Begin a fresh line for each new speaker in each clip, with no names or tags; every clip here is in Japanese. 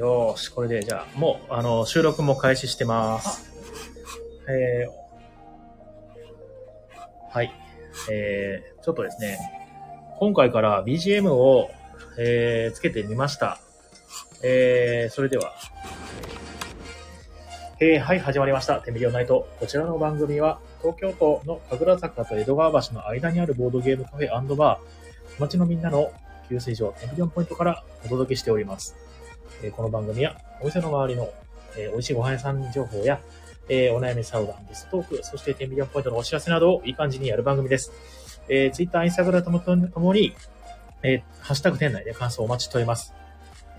よーし、これで、じゃあ、もう、あの、収録も開始してます。えーはい。えーちょっとですね、今回から BGM を、えーつけてみました。えーそれでは、えーはい、始まりました。テミリオナイト。こちらの番組は、東京都の神楽坂と江戸川橋の間にあるボードゲームカフェバー、街のみんなの給水所、テミリオンポイントからお届けしております。えーこの番組はお店の周りの、えー美味しいご飯屋さん情報や、えーお悩み相談、ゲストトーク、そして天秤ポイントのお知らせなどをいい感じにやる番組です。えー、Twitter、Instagram ともとともに、えーハッシュタグ店内で感想をお待ちしております。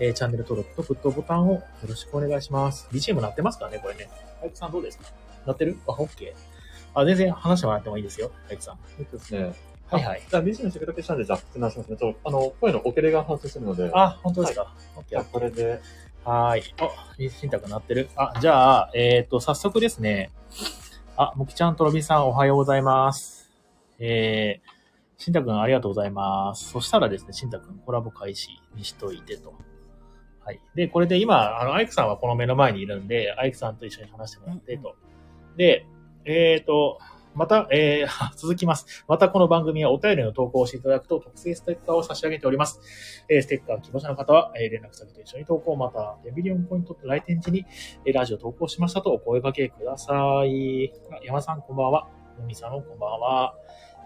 えーチャンネル登録とグッドボタンをよろしくお願いします。BGM 鳴ってますからね、これね。大工さんどうですか鳴ってるあ、OK。あ、全然話してもらってもいいですよ、大工さん。
えっとですね。
はいはい。
じゃあ、BGM してくだけしたんで、じゃあ、普通に話しますね。ちょっと、あの、声のオケレが発生するので、
あ、本当ですか、
じ
?OK
ゃあ、。これで、
はーい。あ、いい選択になってる。あ、じゃあ、えっ、と、早速ですね。あ、もきちゃん、とろびさん、おはようございます。えー、しんたくん、ありがとうございます。そしたらですね、しんたくん、コラボ開始にしといてと。はい。で、これで今、あの、アイクさんはこの目の前にいるんで、アイクさんと一緒に話してもらってと。で、えっ、と、また、えー、 続きます。またこの番組はお便りの投稿をしていただくと特製ステッカーを差し上げております。えーステッカー希望者の方は、えー連絡先と一緒に投稿、また、デビリオンポイントと来店時に、えーラジオ投稿しましたとお声掛けください。あ山さんこんばんは。のみさんもこんばんは。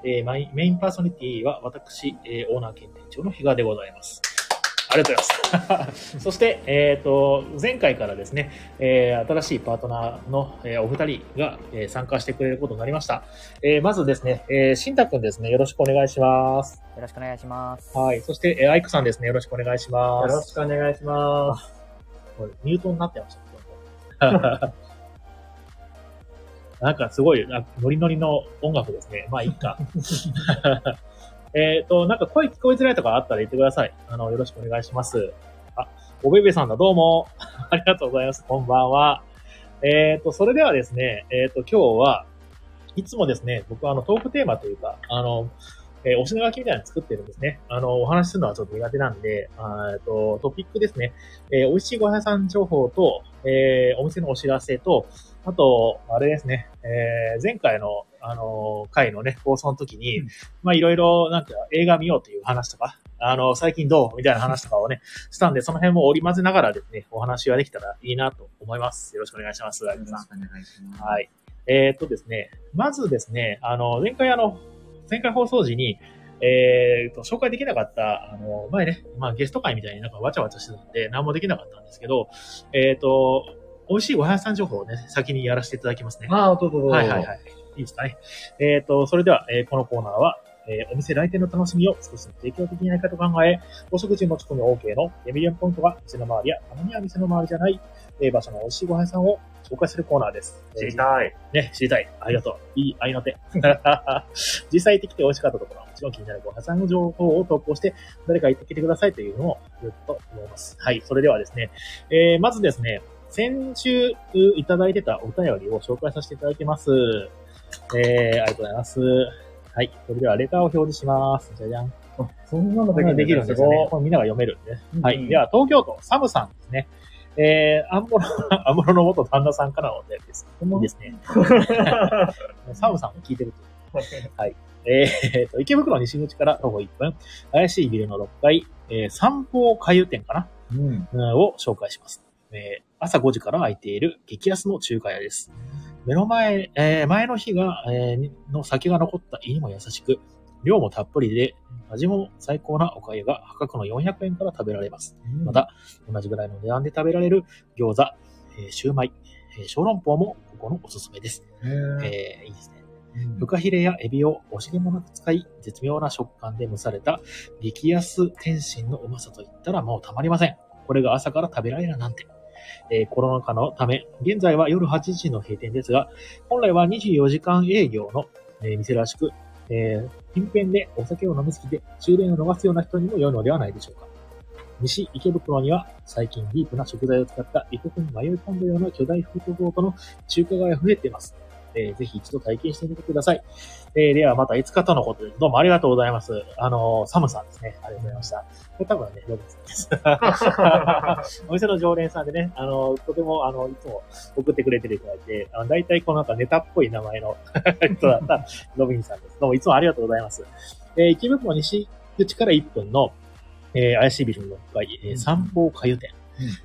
えーマイメインパーソナリティは私、えーオーナー兼店長の比嘉でございます。ありがとうございます。そして、えっ、と、前回からですね、えー新しいパートナーの、えーお二人が、えー参加してくれることになりました。えーまずですね、えー、しんたくんですね、よろしくお願いします。
よろしくお願いします。
はい。そして、えー、アイクさんですね。よろしくお願いします。
よろしくお願いします。
これミュートになってました ね。なんかすごい、あノリノリの音楽ですね。まあ、いいか。 えっと、なんか声聞こえづらいとかあったら言ってください。あの、よろしくお願いします。あ、おべべさんだ、どうも。 ありがとうございます。こんばんは。えっ、と、それではですね、えっ、と、今日は、いつもですね、僕はあの、トークテーマというか、あの、えーお品書きみたいなの作ってるんですね。あの、お話しするのはちょっと苦手なんで、あーえっと、トピックですね。えー美味しいご飯屋さん情報と、えーお店のお知らせと、あと、あれですね、えー前回の、あのー回のね、放送の時に、
うん
まあ、いろいろ、なんか、映画見ようという話とか、あの、最近どうみたいな話とかをね、したんで、その辺も織り交ぜながらですね、お話ができたらいいなと思います。よろしくお願いします、ライブさん。
お願いしま
はい。えーっとですね、まずですね、あの、前回あの、前回放送時に、えーっと、紹介できなかった、あの、前ね、まあゲスト会みたいになんかわちゃわちゃしてたんで、何もできなかったんですけど、えーっと、美味しいご飯屋さん情報をね、先にやらせていただきますね。
ああ、どうぞどうぞ。
はいはいはい。いいですかね。えっ、と、それでは、えーこのコーナーは、えーお店来店の楽しみを少しでも提供できないかと考え、お食事持ち込み OK のデミリオンポイントは、店の周りや、たまには店の周りじゃない、えー場所の美味しいご飯屋さんを紹介するコーナーです。
知りたい。
ね、知りたい。ありがとう。いい愛の手。 実際行ってきて美味しかったところ、もちろん気になるご飯屋さんの情報を投稿して、誰か行ってきてくださいというのを言うと思います。はい。それではですね、えー、まずですね、先週いただいてたお便りを紹介させていただきます。えー、ありがとうございます。はい。それではレターを表示します。じゃじゃん。
そんなの
これができるんですよね。これみんなが読めるんでね。はい。では、東京都、サムさんですね。えー、アンモロ、アンモロの 元旦那さんからのお便りです。いいですね。サムさんも聞いてると。えー、と、池袋西口から徒歩1分、怪しいビルの6階、えー、散歩かゆ店かな
うん。
うんを紹介します。えー朝5時から空いている激安の中華屋です。目の前、えー前の日が、えーの酒が残った胃にも優しく、量もたっぷりで、味も最高なおかゆが破格の400円から食べられます。また、同じぐらいの値段で食べられる餃子、えーシューマイ、えー小籠包もここのおすすめです。
えー、
えーいいですね。
うん
フカヒレやエビを惜しげもなく使い、絶妙な食感で蒸された激安天津のうまさといったらもうたまりません。これが朝から食べられるなんて。えーコロナ禍のため、現在は夜8時の閉店ですが、本来は24時間営業の、えー店らしく、えー近辺でお酒を飲みすぎて終電を逃すような人にも良いのではないでしょうか。西池袋には最近ディープな食材を使った異国に迷い込んだような巨大フードコートの中華街が増えています。えーぜひ一度体験してみてください。えーではまたいつかとのことで、どうもありがとうございます。あのーサムさんですね。ありがとうございました。これ多分ね、ロビンさんです。お店の常連さんでね、あの、とても、あの、いつも送ってくれてる人がいて、あの、大体このなんかネタっぽい名前の 人だったロビンさんです。どうもいつもありがとうございます。えー池袋西口から1分の、えー、怪しいビルの6階、えー散歩かゆ店。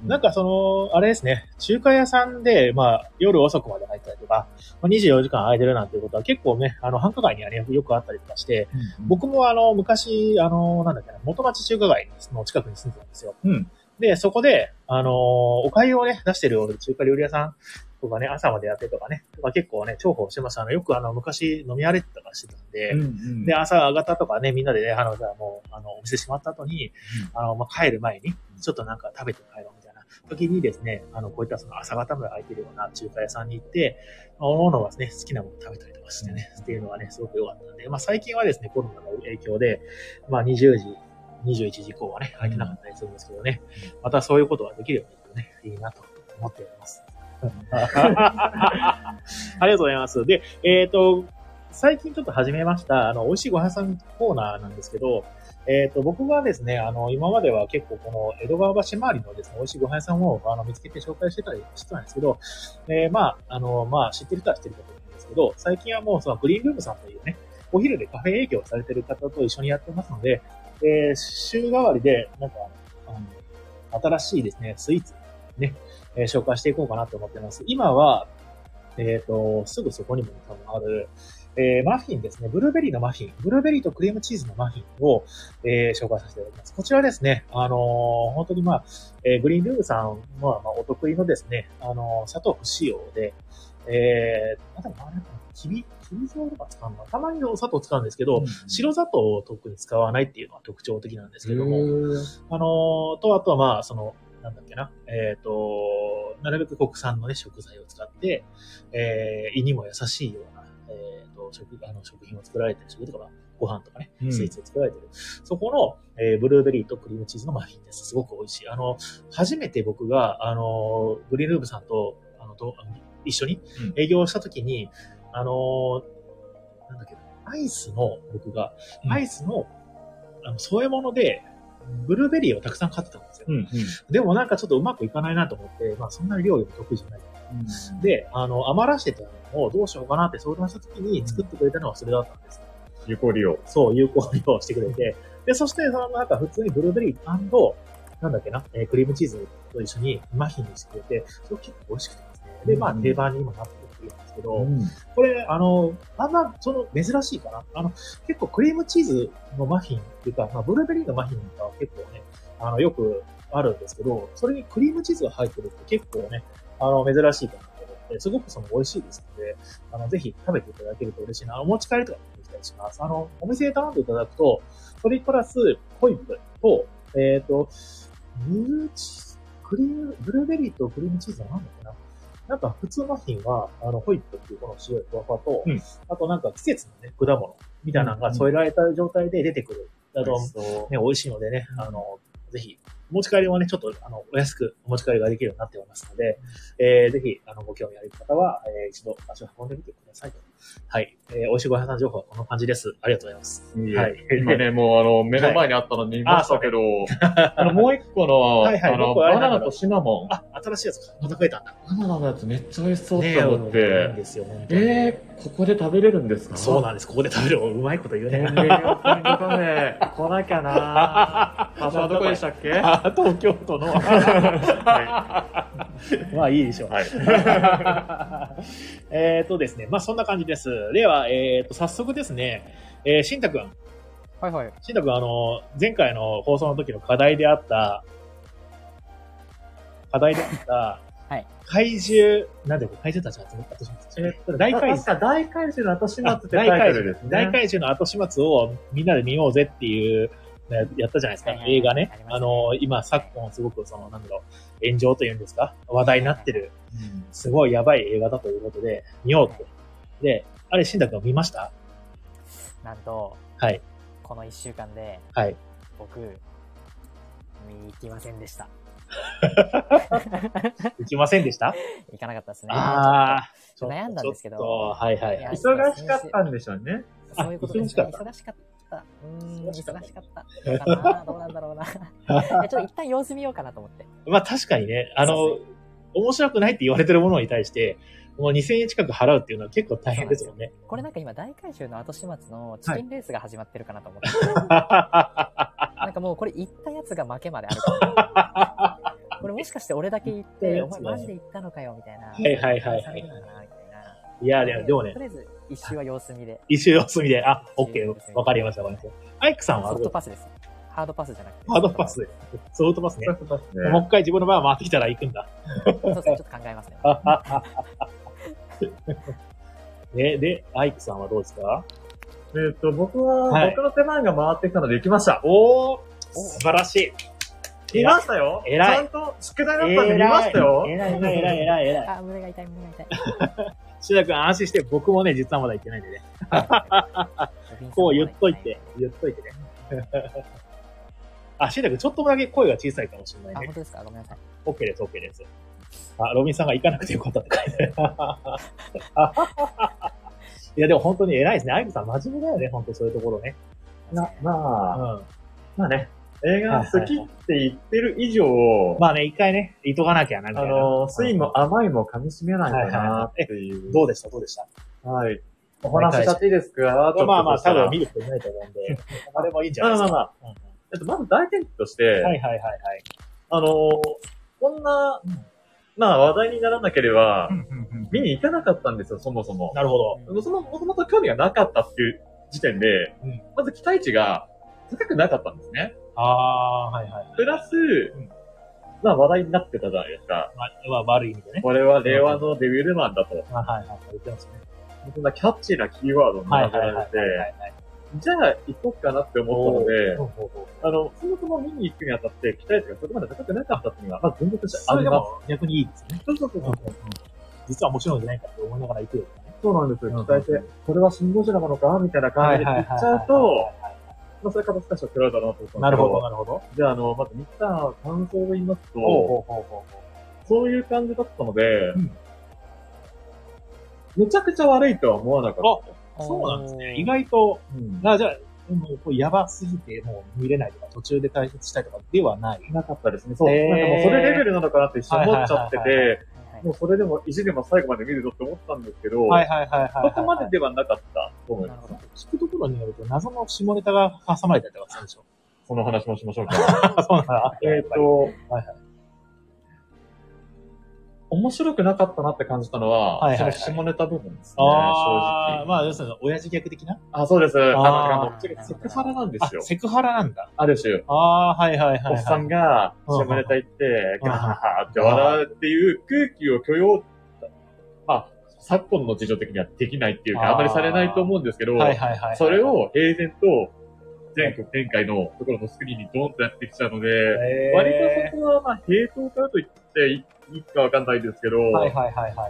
なんかその、あれですね、中華屋さんで、まあ、夜遅くまで入ったりとか、まあ24時間空いてるなんていうことは結構ね、あの、繁華街にはね、よくあったりとかして、僕もあの、昔、あの、なんだっけな、元町中華街の近くに住んでたんですよ。
うん
で、そこで、あのーお粥をね、出してるような中華料理屋さんとかね、朝までやってるとかね、とか結構ね、重宝してました。あの、よくあの、昔飲み歩いてたりとかしてたんで、
うん
で、朝上がったとかね、みんなでね、あの、じゃあもう、あの、お店閉まった後に、あの、まあ、帰る前に、ちょっとなんか食べて帰ろうみたいな時にですね、あの、こういったその朝方まで空いてるような中華屋さんに行って、まあ、おのおのがね、好きなもの食べたりとかしてね、っていうのはね、すごく良かったんで、まあ、最近はですね、コロナの影響で、まあ、20時、21時以降はね、空いてなかったりするんですけどね、またそういうことができるようになるとね、いいなと思っております。 ありがとうございます。で、えっ、と、最近ちょっと始めました、あの、美味しいご飯屋さんコーナーなんですけど、えっ、と、僕がですね、あの、今までは結構この江戸川橋周りのですね、美味しいご飯屋さんをあの見つけて紹介してたりしてたんですけど、えーまあ、あの、まあ、知ってる人は知ってるかと思うんですけど、最近はもうそのグリーンルームさんというね、お昼でカフェ営業されてる方と一緒にやってますので、えー週替わりで、なんか、あの、新しいですね、スイーツ、ね、えー紹介していこうかなと思ってます。今は、えっ、と、すぐそこにも多分ある、えーマフィンですね。ブルーベリーのマフィン。ブルーベリーとクリームチーズのマフィンを、えー紹介させていただきます。こちらですね、あのー本当にまあ、えーグリーンルームさんは、まあ、お得意のですね、あのー砂糖不使用で、えー、あとあれかな、きび、きび砂とか使うのかなたまにお砂糖使うんですけど、白砂糖を特に使わないっていうのは特徴的なんですけども、あのーと、あとはまあ、その、なんだっけな、えっ、と、なるべく国産のね、食材を使って、えー胃にも優しいような、えっ、と、食、あの、食品を作られてる、食品とか、まあご飯とかね、
うん
スイーツを作られてる。そこの、えーブルーベリーとクリームチーズのマフィンです。すごく美味しい。あの、初めて僕が、あの、グリーンルームさんと、あの、と一緒に
うん
営業した時に、あの、なんだっけな、アイスの、僕が、
うん
アイスの、あの、添え物で、ブルーベリーをたくさん買ってたんですよ。でもなんかちょっとうまくいかないなと思って、まあそんなに料理も得意じゃない。で、あの、余らしてたのをどうしようかなって相談した時に作ってくれたのはそれだったんです。
ゆこりを。
そう、有効利用してくれて。で、そして、そのなんか普通にブルーベリーなんだっけな、えークリームチーズと一緒にマフィンにしてくれて、それ結構美味しくてですね。で、まあ
うん
定番に今なってくるんですけど、これ、あの、あんま、その、珍しいかな。あの、結構クリームチーズのマフィンっていうか、まあ、ブルーベリーのマフィンとかは結構ね、あの、よくあるんですけど、それにクリームチーズが入ってるって結構ね、あの、珍しいかなと思って、すごくその、美味しいですので、あの、ぜひ食べていただけると嬉しいな。お持ち帰りとかもできたりします。あの、お店で頼んでいただくと、それプラス、ホイップと、えっ、と、ブルーチクリーム、ブルーベリーとクリームチーズは何だっけななんか普通マフィンは、あの、ホイップっていうこの白いふわふわと、
うん
あとなんか季節のね、果物みたいなのが添えられた状態で出てくる。あと、ね、美味しいのでね、あの、ぜひ、お持ち帰りはね、ちょっと、あの、お安くお持ち帰りができるようになっておりますので、えー、ぜひ、あの、ご興味ある方は、えー、一度足を運んでみてくださいと。はい。えー、美味しいご飯さん情報はこの感じです。ありがとうございます。
いえ
はい。
今ね、もうあの、目の前にあったのに見ましたけど、あの、もう一個の、
はいはい
あの、
僕あれ
バ
なんだ
ナナとシナモン。
あ、新しいやつか。また増えたんだ。
バナナのやつめっちゃ美味しそうっ
ね
て思っ
いいん
て。
ですよ、本当に
えー、ここで食べれるんですか
そうなんです。ここで食べるうまいこと言う
天
ね。
然おつまみカフェ、来なきゃな場所はどこでしたっけは
あ 東京都の。はいまあいいでしょう。
い。
えっとですね、まあそんな感じです。では、えっ、と、早速ですね、えー、しんたくん。
はいはい。
しんたくん、あの、前回の放送の時の課題であった、課題であった、
はい
怪獣、なんで怪獣たち集まった後始末
えっ
大怪獣
確。か大怪獣の後始末ってタ
大
イト
怪
ル
獣
ですね。
大怪獣の後始末をみんなで見ようぜっていうのややったじゃないですか。
はいはいはい
映画ね
あり。ま
あ
したね
の、今昨今すごくその、なんだろう、炎上というんですか話題になってる、すごいやばい映画だということで、見ようって。で、あれ、新く君見ました
なんと、
はい。
この1週間で
はい。
僕、見に行きませんでした。
行きませんでした
行かなかったですね。
ああ、
ょっと悩んだんですけど
ちょっとはいはいい
や
は
忙
い。
しかったんでしょうね。
あ
そういうことですね。忙しかった。うーん、
忙しかった
忙しかった。かなどうなん だろうな。いやちょっと一旦様子見ようかなと思って。
まあ確かにね、あ
そう
の、面白くないって言われてるものに対して、もう2000円近く払うっていうのは結構大変ですよ ね。
これなんか今、大回収の後始末のチキンレースが始まってるかなと思って。 なんかもうこれ行ったやつが負けまであ るから。これもしかして俺だけ行っ
行った
て、
や
お
つが
前マジで行ったのかよ、みたいな。はい
はいはいはい
されるのかなみたいな。
いやいや、でもね
と、りあえず、一周は様子見で。
一周様子見で、あ、
一周
OK、わかりました、わかりました。アイクさんは
ソフトパスです。ハードパスじゃなくて。
ハードパス。ソフトパスね。
そういうことですね
もう一回自分の番回ってきたら行く んだ。
そうですね、ちょっと考えますね。
で、で、アイクさんはどうですか
えっと、僕は、
はい
僕の手前が回ってきたので行きました。
おー、素晴らしい。
見ましたよ
偉い
ちゃんと宿題だったんで見ましたよ
えらい、えらい、えらい、えらい、えらい。
あ、胸が痛い、胸 が痛い。
シュくん安心して、僕もね、実はまだ行ってないんでね。こう言っといて。、言っといてね。 あ、シュくんちょっとだけ声が小さいかもしれ
あ、
ない
本
ね。
当ですかごめんなさい。
OK です、OK です。あ、ロビンさんが行かなくてよかったって書いてある。いや、でも本当に偉いですね。アイクさん真面目だよね、本当そういうところね。
な
う
まあ、
ん。
まあね、映画好きって言ってる以上、
まあね、一回ね、いとがなきゃなみた
あ
いな。
の、酸いも甘いも噛み締めないかなっていう。
どうでしたどうでした
はい。お話しちゃっていいですか
まあまあ、多分見
見
る人いないと思うん で、あれもいいんじゃ
ま
な
あ
いで
ま
す
あ
か。
まあ。えっと、まず大前提として、
うんはいはいはいはい。
あのーこんな、まあ話題にならなければ、見に行かなかったんですよ、そもそも。
なるほど。
その、もともと興味がなかったっていう時点で、
うん
まず期待値が高くなかったんですね。
ああー、はいはい。
プラス、
ん
まあ話題になってたじゃないですか。
まあ、まあ、悪い意味でね。
これは令和のデビルマンだと。
まあはいはい。言ってますね。
そんなキャッチーなキーワードも
はい
並
はい
べ
はい
られて、
はい。
じゃあ行こうかなって思ったので
ほう、ほうほう
あの、そもそも見に行くにあたって期待値がそこまで高くなかったっていうのは、まあ全然として
あ
あ
れ
り
で
ます。
も逆にいいですよね。
そうそうそうそう。
実はもちろんじゃないかって思いながら行くよりかね。
そうなんです
うん
よ。期待して、これは新ゴジラなのかみたいな感じで言っちゃうと、まあそういう形としては暗いだろうなと思ったんですけ
なるほど、なるほど。
じゃあ、あの、まず見た感想を言いますと、
ほうほうほうほ
そういう感じだったので、
うん
めちゃくちゃ悪いとは思わなかった。
う。そうなんです
お
ね。
ー
意外と、
うんな
あじゃあ、もうこれやばすぎて、もう見れないとか、途中で解説したいとかではない。
なかったですね。そう。
へー
なんかもうそれレベルなのかなって一瞬思っちゃって
はいはい
て、
はいはい
もうそれでも意地でも最後まで見るぞって思ったんですけど、
はいはいはいはいはい。
そこまでではなかったと思います。
聞くところによると、謎の下ネタが挟まれたりとかするでしょ。
その話もしましょうか。
あ、 そうなんだ。
えっと、
はいは
面白くなかったなって感じたのは、
はいはいはい
その下ネタ部分ですね、正
ああ、
直。
まあ、要するに、親父逆的な
あ、そうです。あの、だからもう
あー
ぶっちゃけセクハラなんで
あ
すよ、。
セクハラなんだ。
ある種、
ああ、はいはいはい、はい。
おっさんが、
うん
下ネタ行って、
うん
ガハハって笑うっていう空気を許容、まあ、昨今の事情的にはできないっていう
あー
か、あまりされないと思うんですけど、
はいはいはい。
それ、を平然と全国展開のところのスクリーンにドンとやってきたので、
えー、
割とそこはまあ平等かと言っていいかわかんないですけど、
はいはいはいはいはいは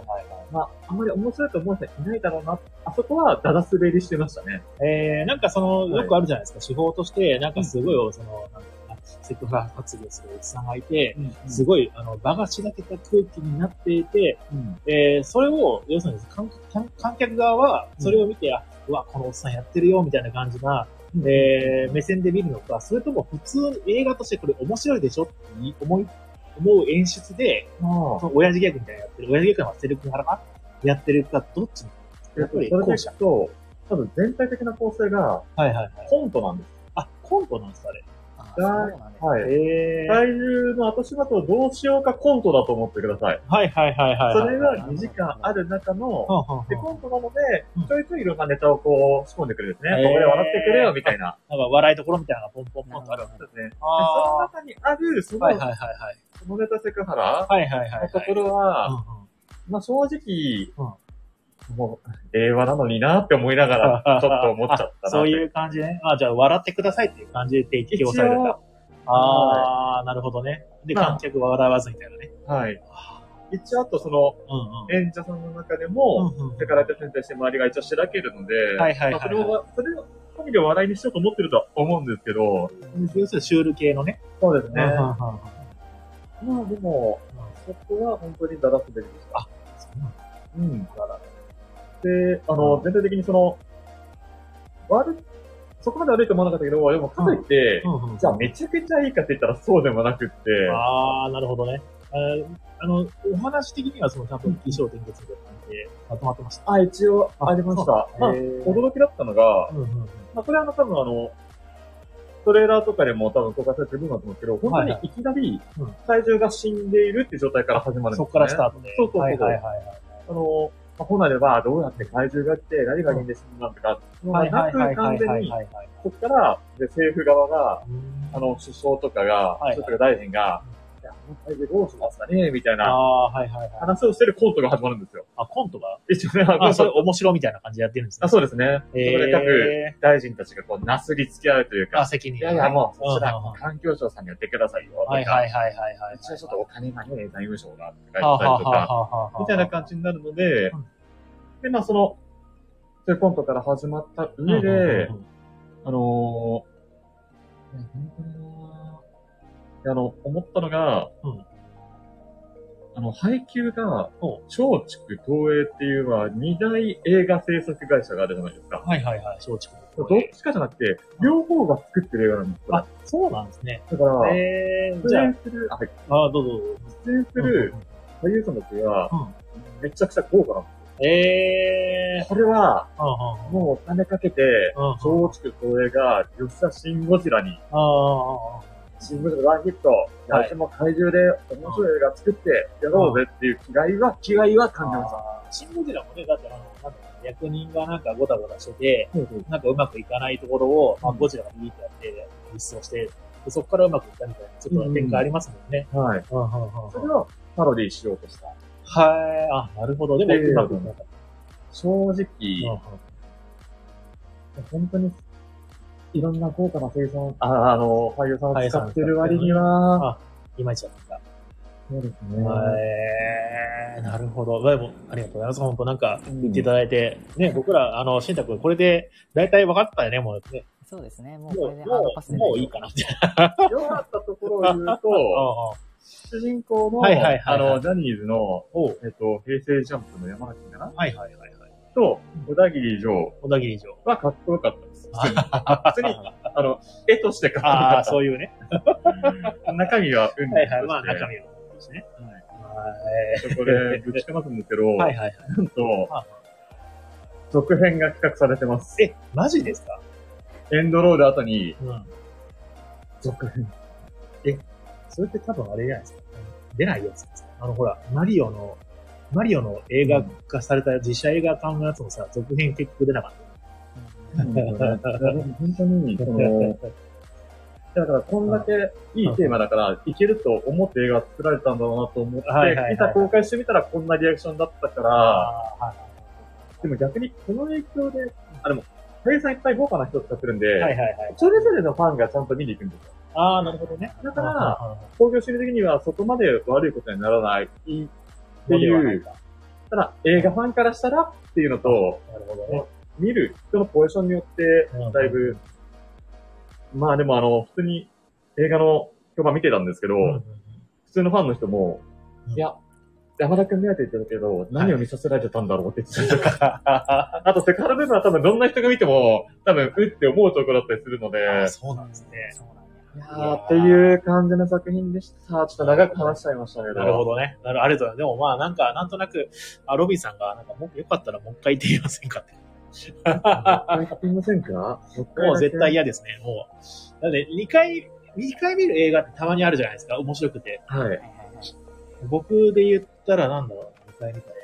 まあ、あんまり面白いと思う人はいないだろうな。あそこはダダ滑りしてましたね。
い。えー、なんかその、
はい
よくあるじゃないですか、手法として、なんかすごい、その、なんだろうな、セクハラ発言するおっさんがいて、すごい、あの、場がしらけた空気になっていて、
うん
えー、それを、要するに観観観客側は、それを見て、あ、うわ、このおっさんやってるよ、みたいな感じな、えー、目線で見るのか、それとも普通に映画としてこれ面白いでしょって思い、思う演出で、
まあ
その親父ギャグみたいなのやってる、親父ギャグはセルフ腹かやってるか、どっち
えっと、そ
や
れ
っ
で
ぱり後
い
者
くと、多分全体的な構成が
はいはいはい。
コントなんです。
あ、コントなんですか、あれ。
あそうなんですね
は。
へー
体重の後始末をどうしようかコントだと思ってください。
はいはいはいはい。
それが2時間ある中の、
はんはんはん
で、コントなの
うん
で、ちょいちょいいろんなネタをこう仕込んでくれるんです
へ
ね。
ー
ここで笑ってくれよみたいな。
なんか笑いどころみたいなのがポンポンポンとあるわけ
そうですね。でその
あ
中にある、そ
ー
の、
はいはいはいはい。
そのネタセクハラ
はいはいはいは
の
い。
ところ
うんう
は、
ん
まあ正直、もう、令和なのになって思いなが ら、ちょっと思っちゃったな。。
そういうう感じね。まあじゃあ、笑ってくださいっていう感じで提
一
供された。
応、
あー、なるほどね。で、
まあ
観客は笑わずみたいなね。
はい。一応、あとその、
うんうん。
演者さんの中でも、
うんうん
セクハラって先生して周りが一応しらけるので、
はいはいはいはい
まあそれを、それを、込みで笑いにしようと思ってるとは思うんですけど、
要するにシュール系のね。
そうです
うんうんうんうん
まあでも、そこは本当にダラスベリでした。
う
ううん。で、あの、全体的にその、悪い、そこまで悪いと思わなかったけど、でもかといって、
うんうん
じゃあめちゃくちゃいいかって言ったらそうでもなくって、
ああ、なるほどね。あーあの、お話的にはそのちゃんと起承転結みたいな感じでまとまってました。
あ、一応ありました。まあ
へー
驚きだったのが
う、んうんうん。
まあ、これはあの、多分あの、トレーラーとかでも多分公開されてる部分だと思うんですけど、本
はいは
当にいきなり
うん、
体重が死んでいるっていう状態から始まるんです、ね。
そこからスタートで。
そうそうそう
はいはいはい
あの、まあ、本来ではどうやって体重が来て、何が原因で死んだのか、
は
まあ
い。はいはいはいはいはいはい。
そこから、で政府側が、
うん
あの、首相とかが、
はい
首相とか大臣が、いや、本当にどうしますかねみたい
あ
な
あー、はいはいはい。
話をしてるコントが始まるんですよ。
あ、コントが
一応ね、
あ、それ
あ、
面白みたいな感じでやってるんですね。
そうですね。そこで各
え
大臣たちがこう、なすりつけ合うという
ー、あ、
か、
責任。
いやいや、もう、そち
う
ら
んうんうん、
環境省さんにやってくださいよ、とか、
はいはいはいはいはい。
うちはちょっとお金がね、財務省が、って書いて
はあ
たり
は
と
あは
か、
あはあはあ
みたいな感じになるので
うん、
で、まあ、その、そういうコントから始まった上
うんうんうん
で
うん、
あのー、ね本当になあの、思ったのが、
うん
あの、配給が
お、
松竹東映っていうのは二大映画制作会社があるじゃないですか。
はいはいはい、松竹。
どっちかじゃなくて、両方が作ってる映画なんですよ。
あ、そうなんですね。
だから、
えー、
出
じゃあ
演、する、あ、はい
あどうぞどうぞ。
出演する俳優さんたちが
う、
めちゃくちゃ豪華なんで
え
すよ。これは、
ー、うんうんうん
もうお金かけて、
うん
松竹東映が、吉田シンゴジラに、
ああ、
シンゴジラ大ヒット、
はい
来週も怪獣で面白い映画作ってやろうぜっていう気概は、気概は感じました。
あーシンゴジラもね、だってあの、なんていうの役人がなんかごたごたしてて、
そうそう
なんかうまくいかないところを、まあ、
うん
ゴジラがビーってやって、実装して、でそこからうまくいったみたいな、ちょっと展開ありますもんね。
はい。
うんうんうんうん
それをパロディしようとした。
はい、あ、なるほど。でも、
えー
うまくいかなかっ
正直、
た。うんうん
本当に、いろんな豪華な生産、ああの、俳優さんを使ってる割に
あ
は、
いまいちだった。
そうですね。
えー、なるほど。でも、ありがとうございます。本当なんか、
うん
言っていただいて、ね、僕ら、あの、しんたくん、これで、大体分かったよね、もうね。
そうですね。もうこ
も
れ
う、
でハードパス
もう
で。
もういいかな、 みたい
良かったところを言うと、
な。
主人公の、
はいはいはいはい
あの、ジャニーズの、
おう
えっと、平成ジャンプの山崎かな
はいはいはいはい。
と、小田切城
小田切城。
はかっこよかったです。普通に、あの、絵としてかっこよ
あ
か
あ、
った
そういうね。
中身は、うん、
はいはい。まあ、中
身。
身はですね。
そこでぶちかますんですけど、
はいはいはいは
なんと
あ、
続編が企画されてます
い。。え、マジですか
エンドロール後に、
うん。
続編。
それって多分あれじゃないですか。出ないやつですか。あの、ほら、マリオの、マリオの映画化された実写映画館のやつもさ、続編結局出なかった。
本当に、その、だから、こんだけいいテーマだから、いけると思って映画作られたんだろうなと思って、
はいはいはい
見た公開してみたらこんなリアクションだったから、
あ
でも逆にこの影響で、あ、でも、俳優さんいっぱい豪華な人使ってるんで、
ーはいはいはい。
それぞれのファンがちゃんと見に行くんですよ。
ああ、なるほどね。
だから、興行主義的にはそこまで悪いことにならないっていう、
な
ただ映画ファンからしたらっていうのと、
るほどね。
見る人のポジションによって
うん、
だいぶ、まあでもあの、普通に映画の評判見てたんですけど、普通のファンの人も、
うん
いや、山田君目当て言ってたけど、何を見させられてたんだろうって言ってたりと か、あとセクハラ部分は多分どんな人が見ても、多分、うって思うところだったりするので、
あーそうなんですね。
そうなんや。
いやーっていう感じの作品でした。ちょっと長く話しちゃいましたけど。
なるほどね。なるありがとうございます。でもまあ、なんか、なんとなく、あ、ロビーさんが、なんか、もうよかったらもう一回言ってみませんかって。
もう一回言ってみませんか
もう絶対
や。
嫌ですね、もう。だって、二回、二回見る映画ってたまにあるじゃないですか、面白くて。
はい。
はいはいはい。
僕で言ったら、なんだろう、二回見た映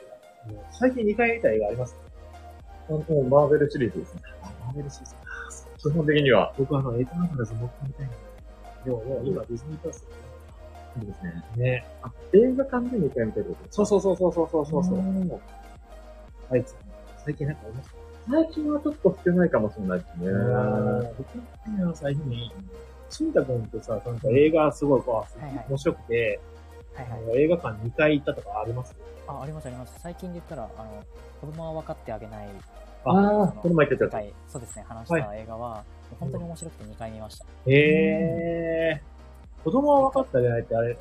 画。もう最近二回見た映画あります
もうマーベルシリーズですね。
マーベルシリーズ
基本的には。
僕はあの、エターナルズもう一回見たいんだけど。でも、もう今、ディズニープラス。
そうですね。
ね。
あ、映画館で2回見たいってことです
そうそうそうそうそうそうそうそう。
う。
あいつ、最近なんかあります
最近はちょっと少ないかもしれないですね。
僕の最近に、新太君ってさ、なんか映画すごいこう、
はいはい
面白くて、
はい
あ
はい
の映画館2回行ったとかあります
あ、ありますあります。最近で言ったら、あの、子供は分かってあげない。
ああ、
の
この前言ってた
今
や
回そうですね、話した映画は、本当に面白くて2回見ました。
へえ。子供は分かったじゃないって、あ
なんか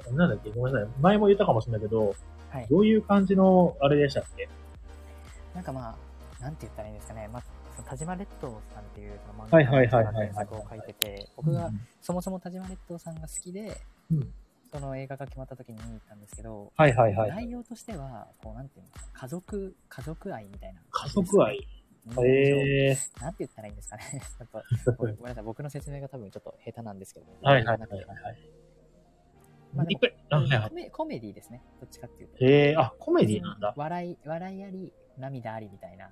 まあ、なんて言ったらいいんですかね。まあ、その田島列島さんっていうその
は
漫画
いはいはいはい
の
はい
原作を書いてて、僕がそもそも田島列島さんが好きで、
うん
その映画が決まった時に見に行ったんですけど、
はいはいはい。
内容としては、こう、なんていうのかな、家族、家族愛みたいな。
家族愛。
うん
ええ
なんて言ったらいいんですかね。 ちょっと、ごめんごめ んなさい。僕の説明が多分ちょっと下手なんですけど。
ー。はいはいはいはい
まあ
はい。いっぱ
でも
い、あはいは
コメコメディですね。どっちかっていうと。
い。えー、あ、コメディなんだ。
笑い、笑いあり、涙ありみたいな。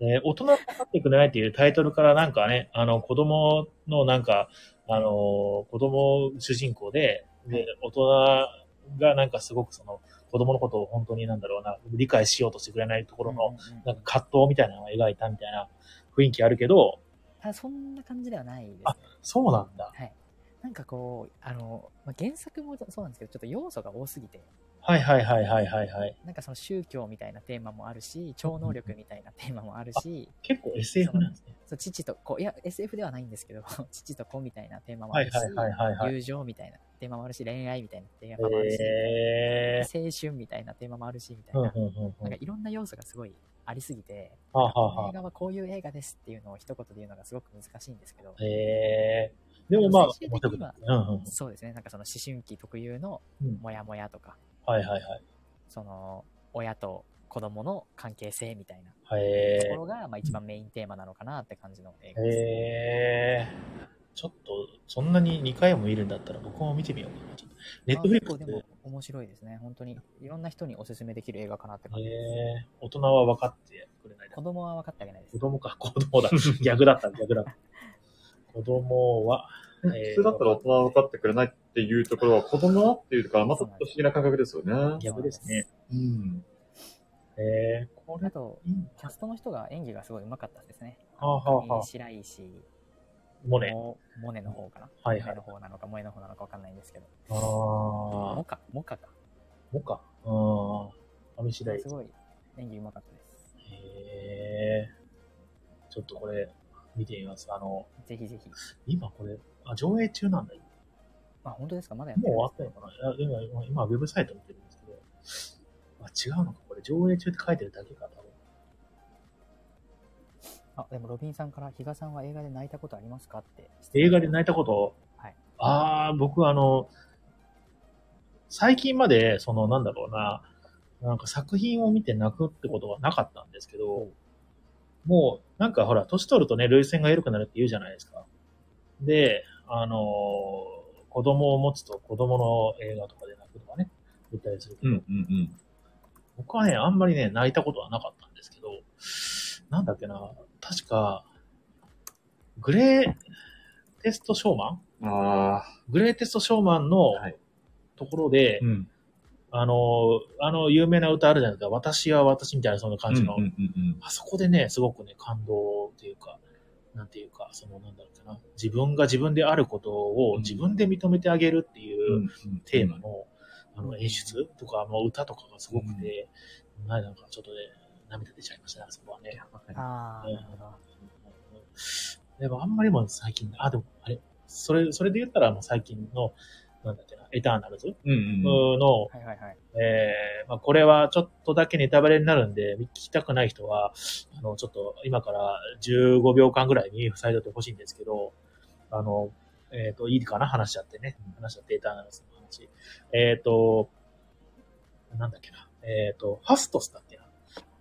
えー、大人になってくれないっていうタイトルからなんかね、あの、子供のなんか、あのー、子供主人公で、で、大人がなんかすごくその、子供のことを本当になんだろうな、理解しようとしてくれないところの、
うんうんうん
なんか葛藤みたいなのを描いたみたいな雰囲気あるけど、
ただそんな感じではないですね。
そうなんだ。
はい。なんかこう、あの、まあ、原作もそうなんですけど、ちょっと要素が多すぎて、
はいはいはいはいはいはい。
なんかその宗教みたいなテーマもあるし、超能力みたいなテーマもあるし、
結構 SF なんですね。
そう父と子、いや、SF ではないんですけど、父と子みたいなテーマもあるし
はいはいはいはいは、い
友情みたいなテーマもあるし、恋愛みたいなテーマもあるし、
へえ
青春みたいなテーマもあるし、みたい
ー。うんうん
な、
うんう
なん
ん
か。いろんな要素がすごいありすぎて、
はあ、は
こ
あは
の映画はこういう映画ですっていうのを一言で言うのがすごく難しいんですけど
あ、、へえー。でもまあ、
最終的には
面白くなるうんうん。
そうですね、なんかその思春期特有の
うん
モヤモヤとか、
はいはいはい。
その親と子供の関係性みたいな
へ
ところが、まあ、一番メインテーマなのかなって感じの映
え。
画です。
へえ。ちょっと、そんなに2回も見るんだったら僕も見てみようかな。ちょっとネット
まあ
フリッ
結
ク
構
ス
でも面白いですね。本当にいろんな人におすすめできる映画かなって感
へ
じです。
え。大人は分かってくれないだろ
子供は分かってあげないで
う
す
子。供か、子供 だ。逆だった、逆だった。子供は、
普通だったら大人は分かってくれないっていうところは、子供はっていうか、また不思議な感覚ですよね。
逆ですね。
うん。
えー、こ
あ
れ、
と、
うん
キャストの人が演技がすごい上手かったですね。
はあはあはあ
白石
モネ。
モモネの方かな。
はい
モ
は
ネ
い
の。方なのか、モエの方なのか分かんないんですけど。
ああ
モ、カ、モカか。
もか。うん。上
す
白石。
ごい演技上手かったです。
へえ。ちょっとこれ、見てみます。あの、
ぜひぜひ。
今これ、あ、上映中なんだ。も
あ、本当ですかまだやっ
う
て
終
るん
わ
で
ったのかないや、今、今、ウェブサイト見てるんですけど。あ、違うのか。これ、上映中って書いてるだけか。多分
すあ、でもロビンさんから、比嘉さんは映画で泣いたことありますかって。
映画で泣いたこと
はい
ああ、僕あの、最近まで、その、なんだろうな、なんか作品を見て泣くってことはなかったんですけど、もう、なんかほら、年取るとね、涙腺が緩くなるって言うじゃないですか。で、あのー子供を持つと子供の映画とかで泣くとかね、言ったりするけ
う
ど、
んうん
僕はね、あんまりね、泣いたことはなかったんですけど、なんだっけな、確か、グレーテストショーマン
うん。ああ。
グレーテストショーマンの
はい
ところで、
ん。
あの、あの有名な歌あるじゃないですか、私は私みたいなそんな感じの、
うんうんうん
あそこでね、すごくね、感動っていうか、なんていうか、そのなんだろうかな、自分が自分であることを
うん
自分で認めてあげるっていう、
うん。うん
テーマ。の,、あ
う
の
ん
演出とか、もう歌とかがすごくて、前なんかちょっとね、涙出ちゃいましたね、あそこはね。
ああ、
うん
なるほど。
でもあんまりもう最近、あ、でもあれ、それ、それで言ったらもう最近の、なんだっけな、エターナルズ
うんうん。
の、
はいはいはい。
えーまあ、これはちょっとだけネタバレになるんで、聞きたくない人は、あの、ちょっと今から15秒間ぐらいに塞いでおいてほしいんですけど、あの、えっ、と、いいかな話しちゃってね。話しちゃって、データアナリスの話。えっ、と、なんだっけな。えっ、と、ファストスだっけな。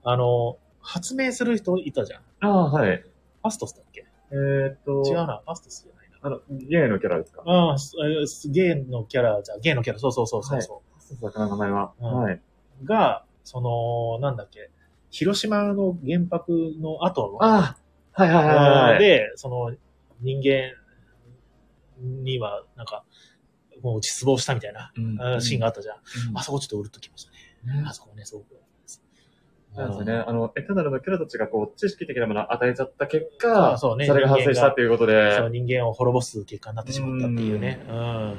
あの、発明する人いたじゃん。フ
ああ、はい。
ァストスだっけ
えーっと、
違うな、ファストスじゃないな。
あの、ゲイのキャラですか
ああ、すえーすゲイのキャラじゃん、ゲイのキャラ、そうそうそうそうそう。
そうそう、魚の名前は。
うん
はい。
が、その、なんだっけ、広島の原爆の後の、
ああ、はいはいはいはい。、
で、その、人間には、なんか、もう失望したみたいな、あシーンがあったじゃん。
うん
あそこちょっとうるっときましたね。
うん
あそこね、すごく良かったです。
なんですよね。あの、エターナルのキャラたちがこう、知識的なものを与えちゃった結
あ
果、
そうね
れが発生したっていうこと
うん
で
そ、う人間を滅ぼす結果になってしまったっていうね。うん。っ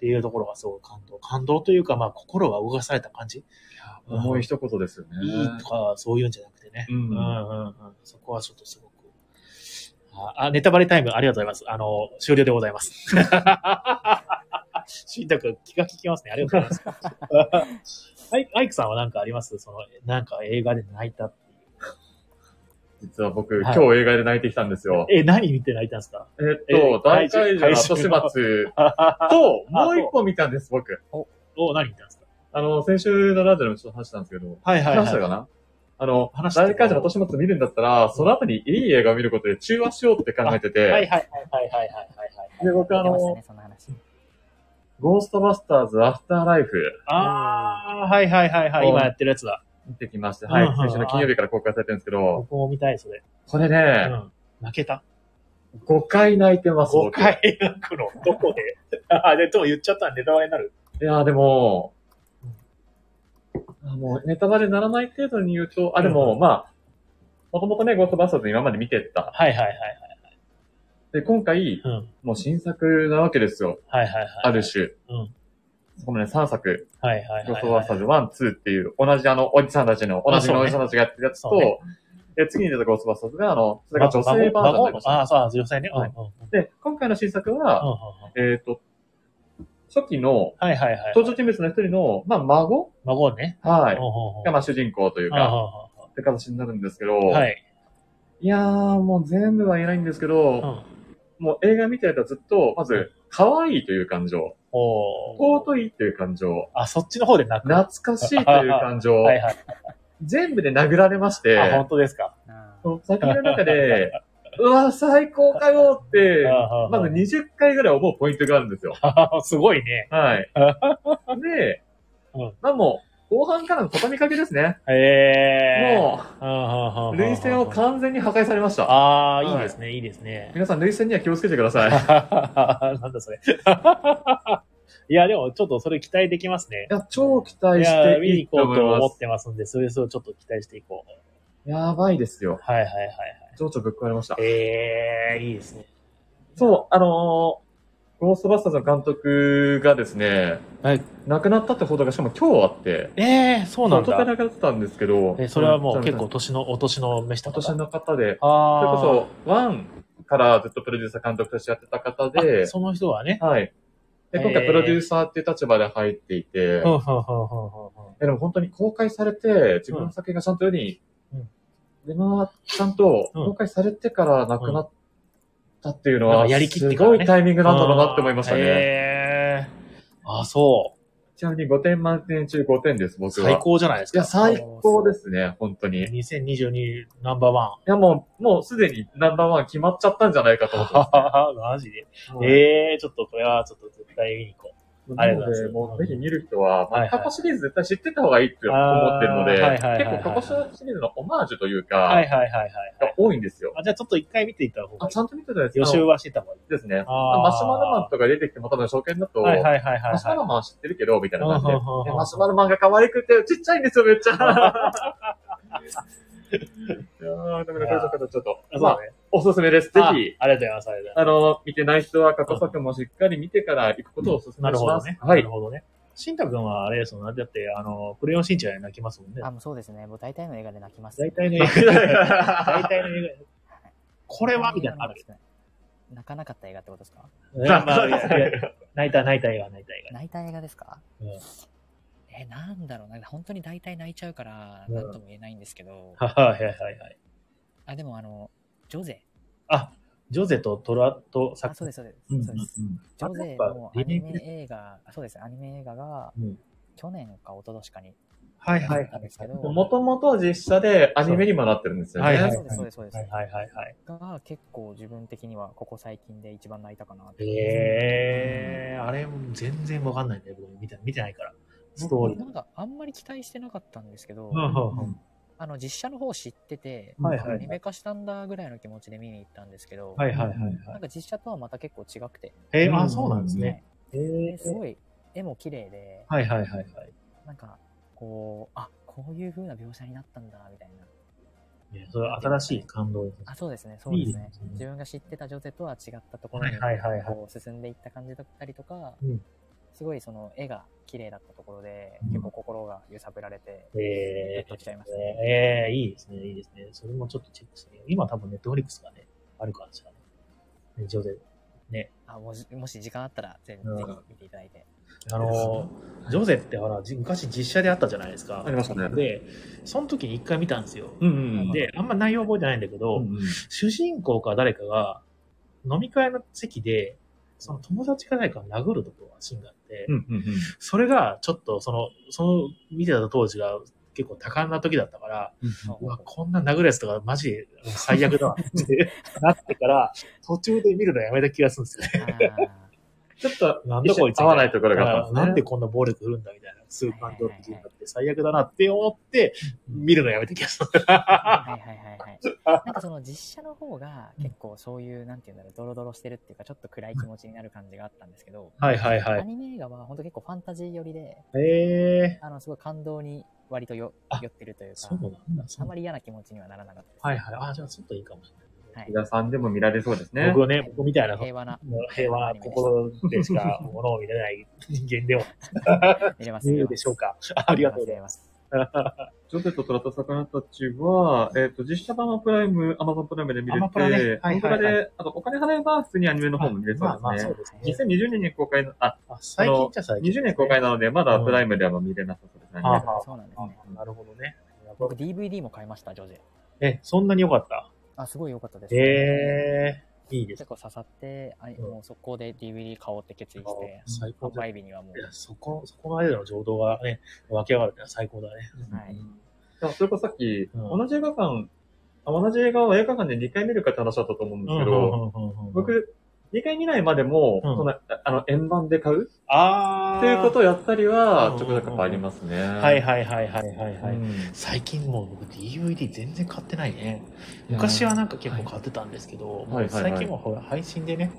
ていうところがすごい感動。感動というか、まあ、心が動かされた感じ。うん
重い一言ですよね。
いいとか、そういうんじゃなくてね。
うん
うんうんうん。そこはちょっとすごく。あ、あネタバレタイムありがとうございます。あの、終了でございます。 しんたくん、気が利きますね。ありがとう ございます。アイアイクさんは何かありますその、なんか映画で泣いたっていう。
実は僕、
はい
今日映画で泣いてきたんですよ。
え、何見て泣いたんですか
えっと、
え
大怪獣の後始末 と、もう一個見たんです、僕。
お、何見たんですか
あの、先週のラジオでもちょっと話したんですけど、
はい
話したかなあの、
話した
大怪獣の後始末見るんだったら、その後にいい映画を見ることで中和しようって考えて
はいはい
て、
はいはいはいはいはい。
で、僕あ
出ました
の
ね、、そんな話。
ゴーストバスターズアフターライフ
あー、はいはいはいはい。今やってるやつだ。
見てきまして、はい
うんうん、
先週の金曜日から公開されてるんですけど、
僕も見たい、それ。
これ
う
ね、
ん。泣けた
5回泣いてます、
?5
僕。
回泣くの。どこで あ、で、とも言っちゃったらネタバレになる。
いやー、でも、あの、ネタバレにならない程度に言うと、あ、でも、まあ、もともとね、ゴーストバスターズ今まで見てった。
はいはいはい
で、今回、
はい。うん。
もう新作なわけですよ。
はいはいはい。
ある種。
うん。
このね、3作、
はいはいはいはい。
ゴーストバスターズ1、2っていう、同じあの、おじさんたちの、同じのおじさんたちがやってるやつ
そうね
と、で次に出たゴーストバスターズが、あの、それが女性バージョンになりまし
あ
た。
あ、そう、女性ね。うんうん
は
う
い
んうんうん。
で、今回の新作は、えっと、初期の、
はいはいはい。
登場人物の一人の、まあ、孫
孫ね。
は
うん
い。
うんうん
が、まあ、主人公という
うんうん
か、って形になるんですけど、
うんはい。
いやー、もう全部は言えないんですけ
う
ど、
ん。
もう映画見てるとずっと、まず、可愛いという感情、
おー
尊いという感情、
あ、そっちの方で泣く。
懐かしいという感情、
はいはい。
全部で殴られまして、
あ、本当ですか。
あー
その作品の中で、 うわ、最高かよって
ああ、
まず20回ぐらい思うポイントがあるんですよ。
すごいね。
はい。で
うん、
まあもう、後半からの畳みかけですね。
ええ。
も
も
う、涙腺を完全に破壊されました。
ああ、
はい
いいですね、いいですね。
皆さん、涙腺には気をつけてくだ さい。
なんだそれ。 いや、でもちょっとそれ期待できますね
い。や、超期待
い
し
や、
て
見
い
に
い
行
と
こ
思
う
い
と思
ま
ってますんで、それそれちょっと期待していこう。
す。やばいですよ。
はいはいはいはい。
情緒ぶっ壊れました。
ええ、いいですね。
そう、あのー、ゴーストバスターズの監督がですね、
はい
亡くなったって報道がしかも今日あって、
ええ、そうなん
一昨日
だ。
亡くなってたんですけど、
え、それはもう結構
うん、
年の、お年の飯だ
お
った
年の方で、それ
ああ。
こそ、ワンからずっとプロデューサー監督としてやってた方で、
その人はね。
はい。で、今
へー
回プロデューサーっていう立場で入っていて、
うんうんうんうんうん
えでも本当に公開されて、自分の作品がちゃんと世に
うん、
出回っちゃんと
うん
公開されてから亡くなったっていうの
なん
は、
かやりきって
す
から
ご
ね
いタイミングなんだろうなって思いました
あー
ね。
へーあ、そう。
ちなみに5点満点中5点です、僕は。
最高じゃないです
いや、
か。
最高ですね、本当に。い
2022ナンバーワン。
や、もう、もうすでにナンバーワン決まっちゃったんじゃないかと思ってま
マジで。
す。
ええー、ちょっとこれはちょっと絶対見に行こう。あり
な
がとうご
の
ざいます
で、もうぜひ見る人は、ま
は
あ
いはい
過去シリーズ絶対知ってた方がいいって思ってるの
あーはいはいはい
で、
はい
結構過去シリーズのオマージュという
はい
か、
はいはいはいは
が
い。
多いんですよ。
あじゃあちょっと一回見ていた方が
あ、
いい
ち。ゃんと見てたやつ
予習はしてた方がいい。
ですね。
あー
マシュマロマンとか出てきても多分初見だと、
はいはいはいはい
マシュマ
は
ロマンは知ってるけど、みたいな感じで。
うんうんうんうん
でマシュマロマンが可愛くて、ちっちゃいんですよ、めっ ちゃ。いやー、だからこれちょっと、ちょっ
い。
と、ま
そう
あ、
ね。
おすすめです。ぜ
ぜ
ひ
ひ。、ありがとうございます。ありがとう
あの、見てない人は過去作もしっかり見てから行くことをおすす
ございます。なる
めし
ほど
ます
ね。。
は
ないる。ほどね。シンタ君はあれですよね。だって、あの、クレヨンしんちゃんで泣きますもんね。
あ、もうそうですね。もう大体の映画で泣きます、
大体の映 画。大体の映画。これはみたいなのある。
泣かなかった映画ってことですか
ねまあいやいや泣いた泣いた映画泣いた映
泣いた映画ですか、
うん
え、なんだろうな。本当に大体泣いちゃうから、
うん
なんとも言えないんですけど。
画。はいはいはいはい。
あ、でもあの、ジョゼ。
あ、ジョゼとトラとサ
あ、
ク
そうです、そうです。
うんうん
そうです。ジョゼのアニメ映画、あそうです、アニメ映画が
うん、
去年か一昨年かに。
はいはいはい
なんですけど
もともとは実写でアニメにもなってるんですよね。
はいはい
そうです、そうです、そうです。
はいはいはい。
が、結構自分的には、ここ最近で一番泣いたかなって。
ええー、あれも全然わかんないんだよ、僕見て見てないから。ストーリー
な。んか、あんまり期待してなかったんですけど、
うんうんうん
あの、実写の方知ってて、
はいはいはい
アニメ化したんだぐらいの気持ちで見に行ったんですけど、
はいはいはいはい。
なんか実写とはまた結構違くて、
えー、あ、そうなんですね。え
はいで
ー
すごい、絵も綺麗で、
はいはいはいはい。
なんか、こう、あ、こういう風な描写になったんだ、みたいな。
いやそれは新しい感動ですね。
あ、そうですね、そうです
いい
ね
ですね。
自分が知ってた女性とは違ったところに
はいはいはいはい
こう進んでいった感じだったりとか
うん、
すごいその絵が綺麗だったところで
うん、
結構心が揺さぶられて、
え
グッときちゃいました
ー、
ね。
えー、いいですね、いいですね。それもちょっとチェックしてみよう今多分ネットフリックスがね、あるからですかね。ねジョゼ。
あもしもし時間あったら、ぜひ
うん
ぜひ見ていただいて。
あの、ジョゼってほら、じ昔実写であったじゃないですか
あ。りましたね。
で、その時に一回見たんですよ。
うんうんうん、
で、あんま内容覚えてないんだけど、
うんうん、
主人公か誰かが飲み会の席で、その友達か誰かを殴るところがシーンがあって、
うんうんうん。
それがちょっとその、その見てた当時が結構多感な時だったから、うわ、こんな殴るやつとかマジで最悪だわってなって から、途中で見るのやめた気がするんですよね。
ちょっと、
なんだ
一
こ
緒
い
に
つ
合わないところがあった
なんんで
で
す
ね。
こんな暴力振るんだみたいな、スーパードロップになって最悪だなって思って、見るのやめた気がする。
はいはいはいはい。なんかその実写の方が結構そういう、なんていうんだろう、ドロドロしてるっていうか、ちょっと暗い気持ちになる感じがあったんですけど、
はいはいは
ア。ニメ映画は本当結構ファンタジー寄りで、
へえー、
あの、すごい感動に割とよ
あ
寄ってるという
そう
か、
なんだ。そ
あ
う
まり嫌な気持ちにはならなかったです。
はいはい。あ、じゃあちょっといいかもしれない。
はい
木。田さんでも見られそうですね。
僕ね、僕みたいな、も
平和な、
う平和な心でし か物を見れない人間でも
見れます
いいでしょうか。ありがとうございます。
ます。
ジョゼと虎と魚たちは、えっ、と、実写版はプライム、アマゾンプライムで見れ
アマプラねはい
て、
はいはい
アマプラで、あとお金払えば普通にアニメの方も見れそう
まあまあ
です
そう
ね。
ですね。
2020年に公開の、あ、
あ最近じゃ最近。
20年公開なので、まだプライムでは見れなさそうですね。
あ
あ
ー
そうなんです
あ
ね。
なるほどね。
僕 DVD も買いました、ジョジェ。
え、そんなに良かった
あ、すごい良かったです。
ええいいです
結。構刺さって、あ
うん
もう速攻で DVD 買おうって決意して、
最高
販
だ。い
売日にはも
や、
う、
そこ、そこまでの情動がね、湧き上がるってのは最高だね。
はい。
でもそれこそさっき、
うん
同じ映画館、あ同じ映画を映画館で2回見るかって話だったと思うんですけど、僕、2回見ないまでも、
うん
そのああの、円盤で買う
あー。
っていうことをやったりは
う、ん
ちょこちょこありますね。
はいはいはいはいはいはい。
うん
最近もう僕 DVD 全然買ってないね。昔はなんか結構買ってたんですけど、
はいはいはい
最近はほら配信でね、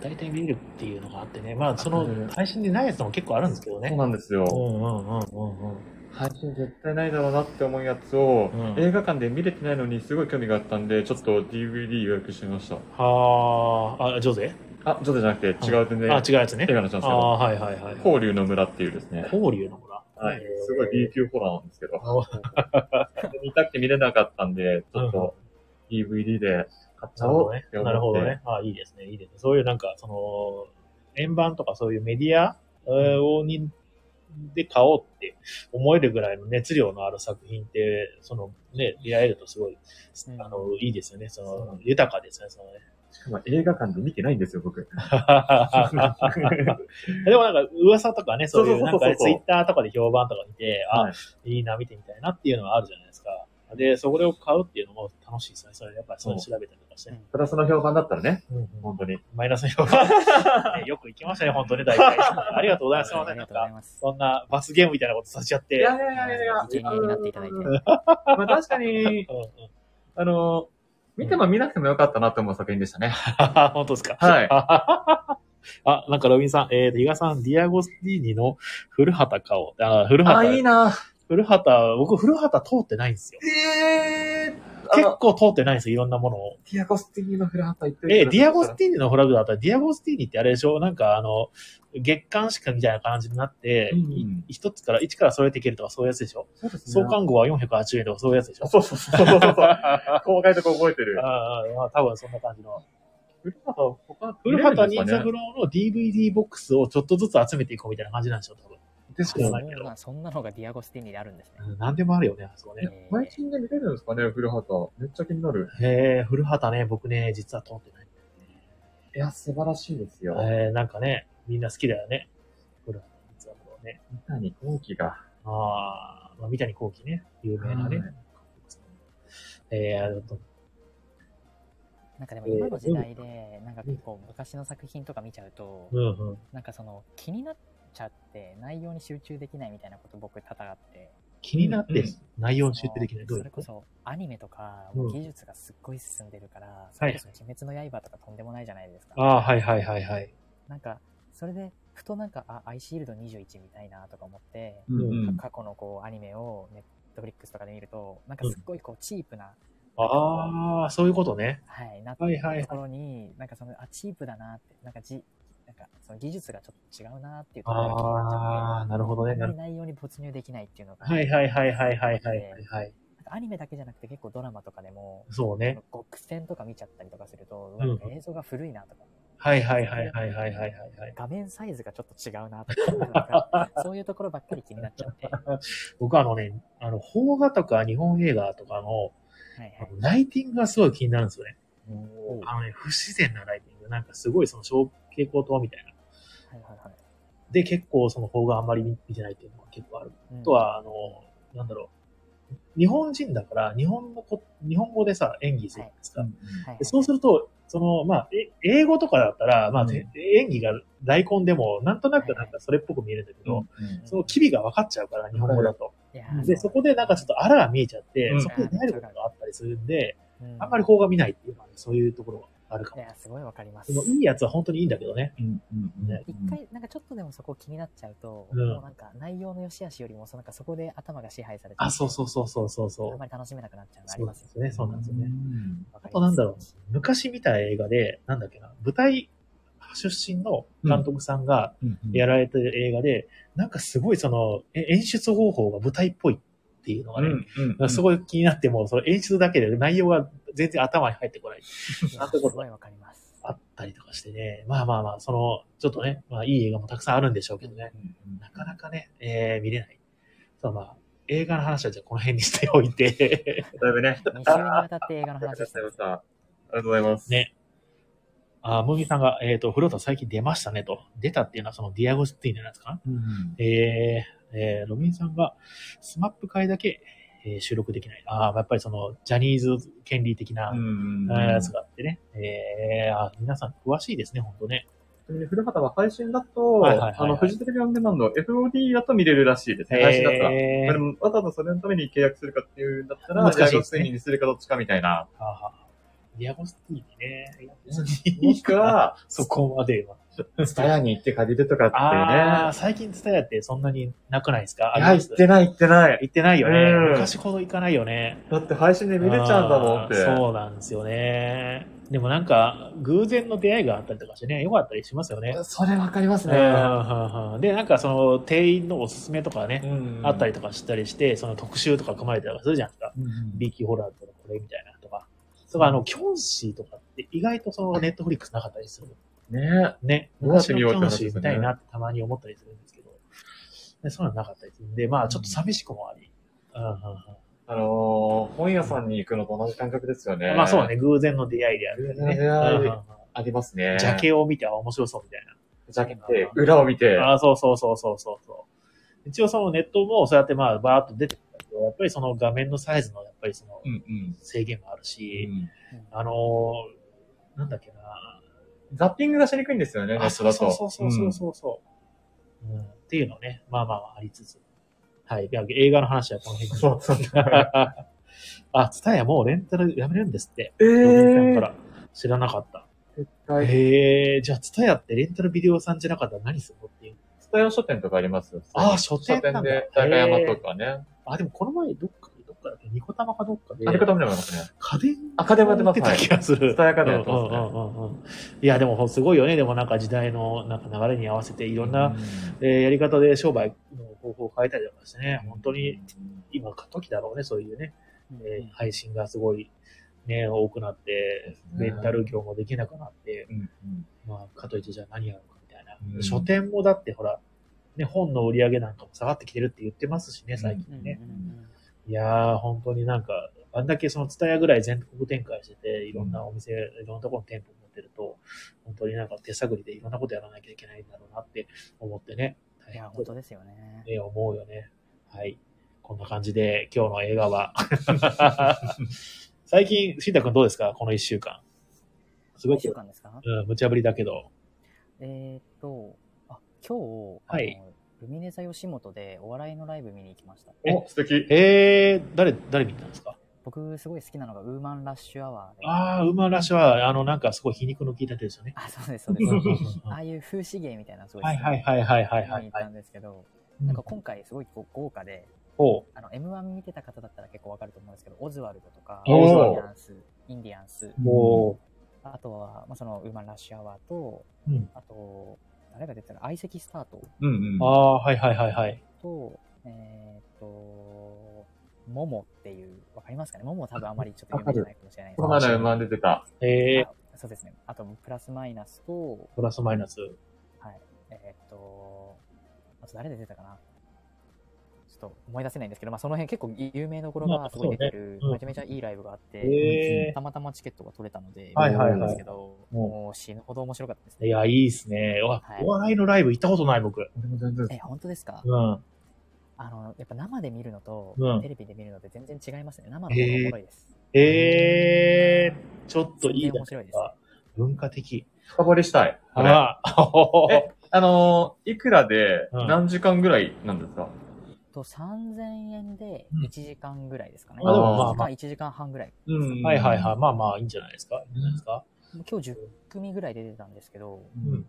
大体見るっていうのがあってね、まあそ
うん
の配信でないやつも結構あるんですけど
そ
ね
う。なんですよ。
うんうんうんうんうん。
配信絶対ないだろうなって思うやつを、
うん
映画館で見れてないのにすごい興味があったんで、ちょっと DVD 予約してみました。
はーあ、ジョゼ
あ、ちょっとじゃなくて、違う全然、
あ、違うやつね
映。画のチャンス
あ
けど、
あー、はいはいはい。
交流の村っていうですね、
交流のほら。
は
え、
い
ー
すごい B 級ホラーなんですけど、
あ
見たくて見れなかったんで、ちょっと DVD で買っち
な
ゃ
る
お
ほど
うっ
ね
て。思って。
なるほどね。あいいですね。いいですね。そういうなんか、その、円盤とかそういうメディアえーをに、で買おうって思えるぐらいの熱量のある作品って、そのね、出会えるとすごい、
うん
あの、いいですよね。そ
そうなん
の、豊かですね、その ね。
しかも映画館で見てないんですよ、僕。
でもなんか噂とかね、そういう、
そう
な
そ
ん
うそうそう
かツイッターとかで評判とか見て、あ、
はい
いいな、見てみたいなっていうのはあるじゃないですか。で、それを買うっていうのも楽しいですね。それやっぱりそれ調べたりとかしてね。
プラスの評判だったらね、
うんうん
本当に。
マイナス評 価、ねよく行きましたね、本当ね、大体。 ありがとうございます。すいま
あ
せん、
り
なん
がとうござ
か
い、ます。
そんな罰ゲームみたいなことさせちゃって。うん
いや
生贄になっていただいて。
まあ確かに、
うん
あの、見ても見なくてもよかったなと思う作品でしたね。
本当ですか。
はい
あ、なんかロビンさん、えーと、比嘉さん、ディアゴスティーニの古畑かを。あ、古
あ、
畑
いいな
古畑、僕、古畑通ってないんですよ。
ええ
結
結
構
構、
通ってないんですよ、いろんなものを。
ディアゴスティーニのフラハタ行って
え、ディアゴス
ィ
ティーニのフラグだったら、ディアゴスティーニってあれでしょなんか、あの、月刊誌かみたいな感じになって、
うんうん
い一、つから、一から揃えていけるとかそういうやつでしょ、
ーニ
創刊号は480円とかそういうやつでしょ
そうそうそう そうそう。公開とか覚えてる。
ああ、まあ、多分そんな感じの。
古畑は他、
古畑任
任
三
三郎
郎の DVD ボックスをちょっとずつ集めていこうみたいな感じなんでしょう、多分。
です
知ら
よ
ない
ね。
けど
まあそんなのがディアゴスティーニであるんですね。
うん何でもあるよね、あそこね。
えー
毎日で見れるんですかね、古畑。めっちゃ気になる。
へえ、古畑ね、僕ね、実は通ってない。
いや、素晴らしいですよ。
えー、なんかね、みんな好きだよね。古畑任三郎ね。
三谷幸喜が。
ああ、まあ、三谷幸喜ね、有名なね
は。
えー、あのと
なんかでも今の時代で、なんか結構昔の作品とか見ちゃうと、
うんうん。
なんかその気になっちゃって内容に集中できないみたいなこと僕多々あって。
気になっ
う
て
ん
内容に集中できない。
そ
どうい
のそうれ
こ
ことそアニメとか、
うん
技術がすっごい進んでるから、そ
はい
れこそ鬼滅の刃とかとんでもないじゃないですか。
ああ、はいはいはいはい。
なんか、それで、ふとなんか、あ、アイシールド21みたいなとか思って、
うんうん。
過去のこう、アニメをネットフリックスとかで見ると、なんかすっごいこう、チープな、
ああ、そういうことね。
はい、なっ
はいはい
ところに、なんかその、あ、チープだなって、なんかじ、なんかその技術がちょっと違うなっていうところが気になっち
ああ、なるほど
ゃって、あ
ね。
ん
な
ま
る
り内容に没入できないっていうのが、
はいはいはいはいはいはいはい。
なんかアニメだけじゃなくて結構ドラマとかでも、
そうね。
極戦とか見ちゃったりとかすると、
うん
なんか映像が古いなとか、
はいはいはいはいはいはいはい。
画面サイズがちょっと違うなとか、なん かそういうところばっかり気になっちゃって。はい
僕あのね、あの、邦画とか日本映画とかの、
はい
あのライティングがすごい気になるんですよね。
おー
あのね、不自然なライティング。なんかすごいその小蛍光灯みたいな。
はいはいはい
で、結構その邦画あんまり見見てないっていうのが結構ある。
うん
あとは、あの、なんだろう。日本人だから、日本のこ、日本語でさ、演技するじゃないですか。
はいはい
でそうすると、その、まあ、え英語とかだったら、まあ、
うん
て演技が大根でも、なんとなくなんかそれっぽく見えるんだけど、その機微が分かっちゃうから、日本語だと。
いやー
で、そこでなんかちょっとあらが見えちゃって、
うん
そこで慣れることがあったりするんで、
うん
あんまり方が見ないっていうのはね、そういうところがあるか
い
も。
や、すごいわかります
そ。のいいやつは本当にいいんだけどね。
一回、なんかちょっとでもそこ気になっちゃうと、
うん
もうなんか内容の良し悪しよりも、そのなんかそこで頭が支配されて、
あ、そうそうそうそうそうそ
あん
う
ま。り楽しめなくなっちゃうのあ
そ
り
うなん
ま
です
よ
すね。そうなんですよね。
わか
あ
り
と
ま
な
す
んだろう。昔見た映画で、なんだっけな、舞台出身の監督さんがやられてる映画で、なんかすごいその、え演出方法が舞台っぽいっていうのがね、なんかすごい気になっても、その演出だけで内容が全然頭に入ってこない。
い
な
や
ん
す
てこと
ごいわかります。
あったりとかしてね。まあまあまあ、その、ちょっとね、まあいい映画もたくさんあるんでしょうけどね。なかなかね、えー、見れない。そうまあ、映画の話はじゃあこの辺にしておい て。
だいぶ ね。
2週にわたって映画
あ
の
りが
話
とうご
でし
ざ
た
い。ました。ありがとうございます。
ね。あ、むぎさんが、えっ、と、フロート最近出ましたねと。出たっていうのはそのディアゴスティーニのやつかな。えー、えー、ロビンさんが、スマップ会だけ、えー収録できない。ああ、やっぱりその、ジャニーズ権利的な、えーやつがあってね。えー、あ、皆さん詳しいですね、ほんとね。
ちなみに古畑は配信だと、
はいはいはいはい
あの、フジテレビオンデマンド、FOD だと見れるらしいですね。配信だったら。
え
で
ー
もわざわざそれのために契約するかっていうんだったら、
難しいですね
大学生にするかどっちかみた いな。
ああディアゴスティーニね。
もしくは、
そこまでは。
スタヤに行って借りるとかって
ああ、
い
最近伝えってそんなになくないですか
うね。いや、行ってない行ってない。
行ってないよね。
うん
昔ほど行かないよね。
だって配信で見れちゃうんだもんって。
あーそうなんですよね。でもなんか、偶然の出会いがあったりとかしてね、良かったりしますよね。
それわかります
うん
ね。
うんうんで、なんかその、店員のおすすめとかね、
うん
あったりとかしたりして、その特集とか組まれたりとかするじゃないですか。B 級ホラーとかこれみたいなとか。とか、あの、キョンシーとかって意外とその、ネットフリックスなかったりする。
ね
ね、
どうやっ
昔
て
の
見
キ
よう
ョン
ってなるんです
シ
よね
ー見たいなってたまに思ったりするんですけど、でそういうのなかったりするんで、まあちょっと寂しくもあり。うんうん
あのー、本屋さんに行くのと同じ感覚ですよ
う
ね。
んまあそうね、。偶然の出会いであるよ
偶然の
ね。
出
うん
会
うん
い
うん
ありますね。
ジャケを見て、あ、面白そうみたい
ジャケって、裏を見て。
な。あそうそうそうそうそうそう。一応そのネットもそうやってまあバーッと出てたけど、やっぱりその画面のサイズのやっぱりその
うんうん。
制限もあるし、
うん
あのーなんだっけな。
ザッピングがしにくいんですよね、ネ
あ
ット
そう
だと。
そうそうそうそうそうそう、うんっていうのね、まあまあまあありつつ。はい。では映画の話はこの辺
うん
で。
そうそう。
あ、ツタヤもうレンタルやめるんですって。
え
ロビンさんか
ー、
ら知らなかった。
絶対、
へえ、じゃあツタヤってレンタルビデオさんじゃなかったら何するのっていう。
スタヤ書店とかありますよ。
あー書店なんだ
書で、大会山とかね。
あ、でもこの前どっか、どっかだっけニコタマかどっかで。
あれ方もありますね。
家電
あ家電もやってます
売た気がする。
ツタヤ家電やってますね
うんうんうんうんうんいや、でもすごいよね。でもなんか時代のなんか流れに合わせていろんな、えーやり方で商売の方法を変えたりとかしてね、本当に今過渡期だろうね、そういうね。えー配信がすごい、ね、多くなって、
うん
レンタル業もできなくなって、
うん、うん
まあ、かといってじゃあ何やるかみたいな。
うん
書店もだってほら、ね、本の売り上げなんかも下がってきてるって言ってますしね、最
うんう
近
んうん
ね。いやー、本当になんか、あんだけその蔦屋ぐらい全国展開してて、いろんなお店、いろんなところの店舗持ってると、本当になんか手探りでいろんなことやらなきゃいけないんだろうなって思ってね。
うんいや、本当ですよね。
ね、思うよね。はい。こんな感じで、今日の映画 は。最近、しんたくんどうですかこの一週間。すご
1
く
週、間ですか
うん、無茶ぶりだけど。
えーっと、あ、今日、
はい
あのルミネ座吉本でお笑いのライブ見に行きました。
お、素敵。
えー、誰、誰見たんですか
僕、すごい好きなのがウーマンラッシュアワーで。
ああ、ウーマンラッシュは、あの、なんかすごい皮肉の効いた手ですよね。
あ、そう です、そうです
うんうんうん。
ああいう風刺芸みたいなのすごい好
は
き
い
で
はいはいはいはいは
見に
い
行っ
はい。
たんですけど、
な
なんん
か
か今回すごいこう豪華で、
こ
あの、M1 見てた方だったら結構わかると思うんですけど、オズワルドとか、
おー
インディアンス、インディアンス、
う、も
あとは、まあ、その、ウーマンラッシュアワーと、
う、うん。
あと、誰が出てたの相席スタート
うんうん。
ああ、はいはいはいはい。
と、えーっと、モモっていう、わかりますかねモモ多分あまりちょっと有名じゃないかもしれないです
この前の馬出てた。
えー、
あそうですね。あと、プラスマイナスと、
プラスマイナス。
えーっと、あと誰で出てたかなちょっと思い出せないんですけど、まあ、その辺結構有名どころ
まあ
がすごい出てる、
そうねうん
めちゃめちゃいいライブがあって、
え
たまたまチケットが取れたので、
はい
はいはい
見に行ったんですけど、
うん
もう死ぬほど面白かったです
ー、
ね。
いや、いいですね。わ
はい
お笑いのライブ行ったことない、僕。
俺も全然
え、本当ですか、
うん。
あの、やっぱ生で見るのと、
うん
テレビで見るので全然違いますね。生の方がおもろいです。
えー、ちょっといい
全然
な
面。白いです、
か文化的。
深掘りしたい。これ
ああ、
えあのー、いくらで
うん
何時間ぐらいなんですか、
と、3000円で
うん
1時間ぐらいですかね。
あ
でもまあ
まあ
1時間、1時間半ぐらい。
う ん
はいはいはい。まあまあ、いいんじゃないですか。いいんじゃないですか。
今日10組ぐらい出てたんですけど、
うん。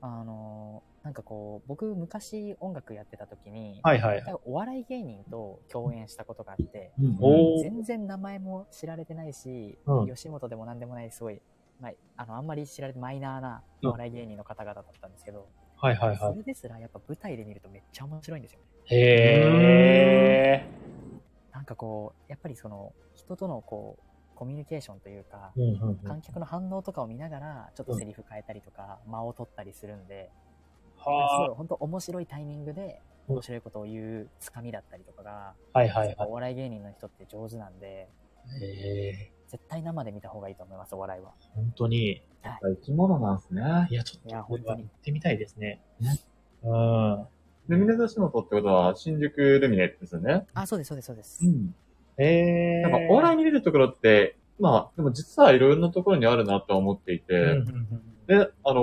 あのーなんかこう、僕昔音楽やってた時に、
はいはいはい。
なんかお笑い芸人と共演したことがあって、
うん
おー。
全然名前も知られてないし、
うん
吉本でも何でもない、すごい、まあ、あの、あんまり知られてマイナーなお笑い芸人の方々だったんですけど、
はいはいは
それですらやっぱ舞台で見るとめっちゃ面白いんですよね。
い。へ
なんかこう、やっぱりその、人とのこう、コミュニケーションというか
ー。、うんうんうん。
観客の反応とかを見ながら、ちょっとセリフ変えたりとか、間を取ったりするんで、す
は
ごい本当面白いタイミングで
うん
面白いことを言うつかみだったりとかが、
あ。はいはいは
お笑い芸人の人って上手なんで
い。え
絶対生で見た方がいいと思いますお笑いは
ー、本当に。
生き物なんですね
い。や、ちょっ
いや
と、
本当に
行ってみたいですね
ね。
うん。
ルミネザシモトってことは、新宿ルミネですよね。
あそうですそうですそうです、
ん。
えー。
なんか、お笑い見れるところって、まあ、でも実はいろいろなところにあるなとは思っていて、
うん
で、あの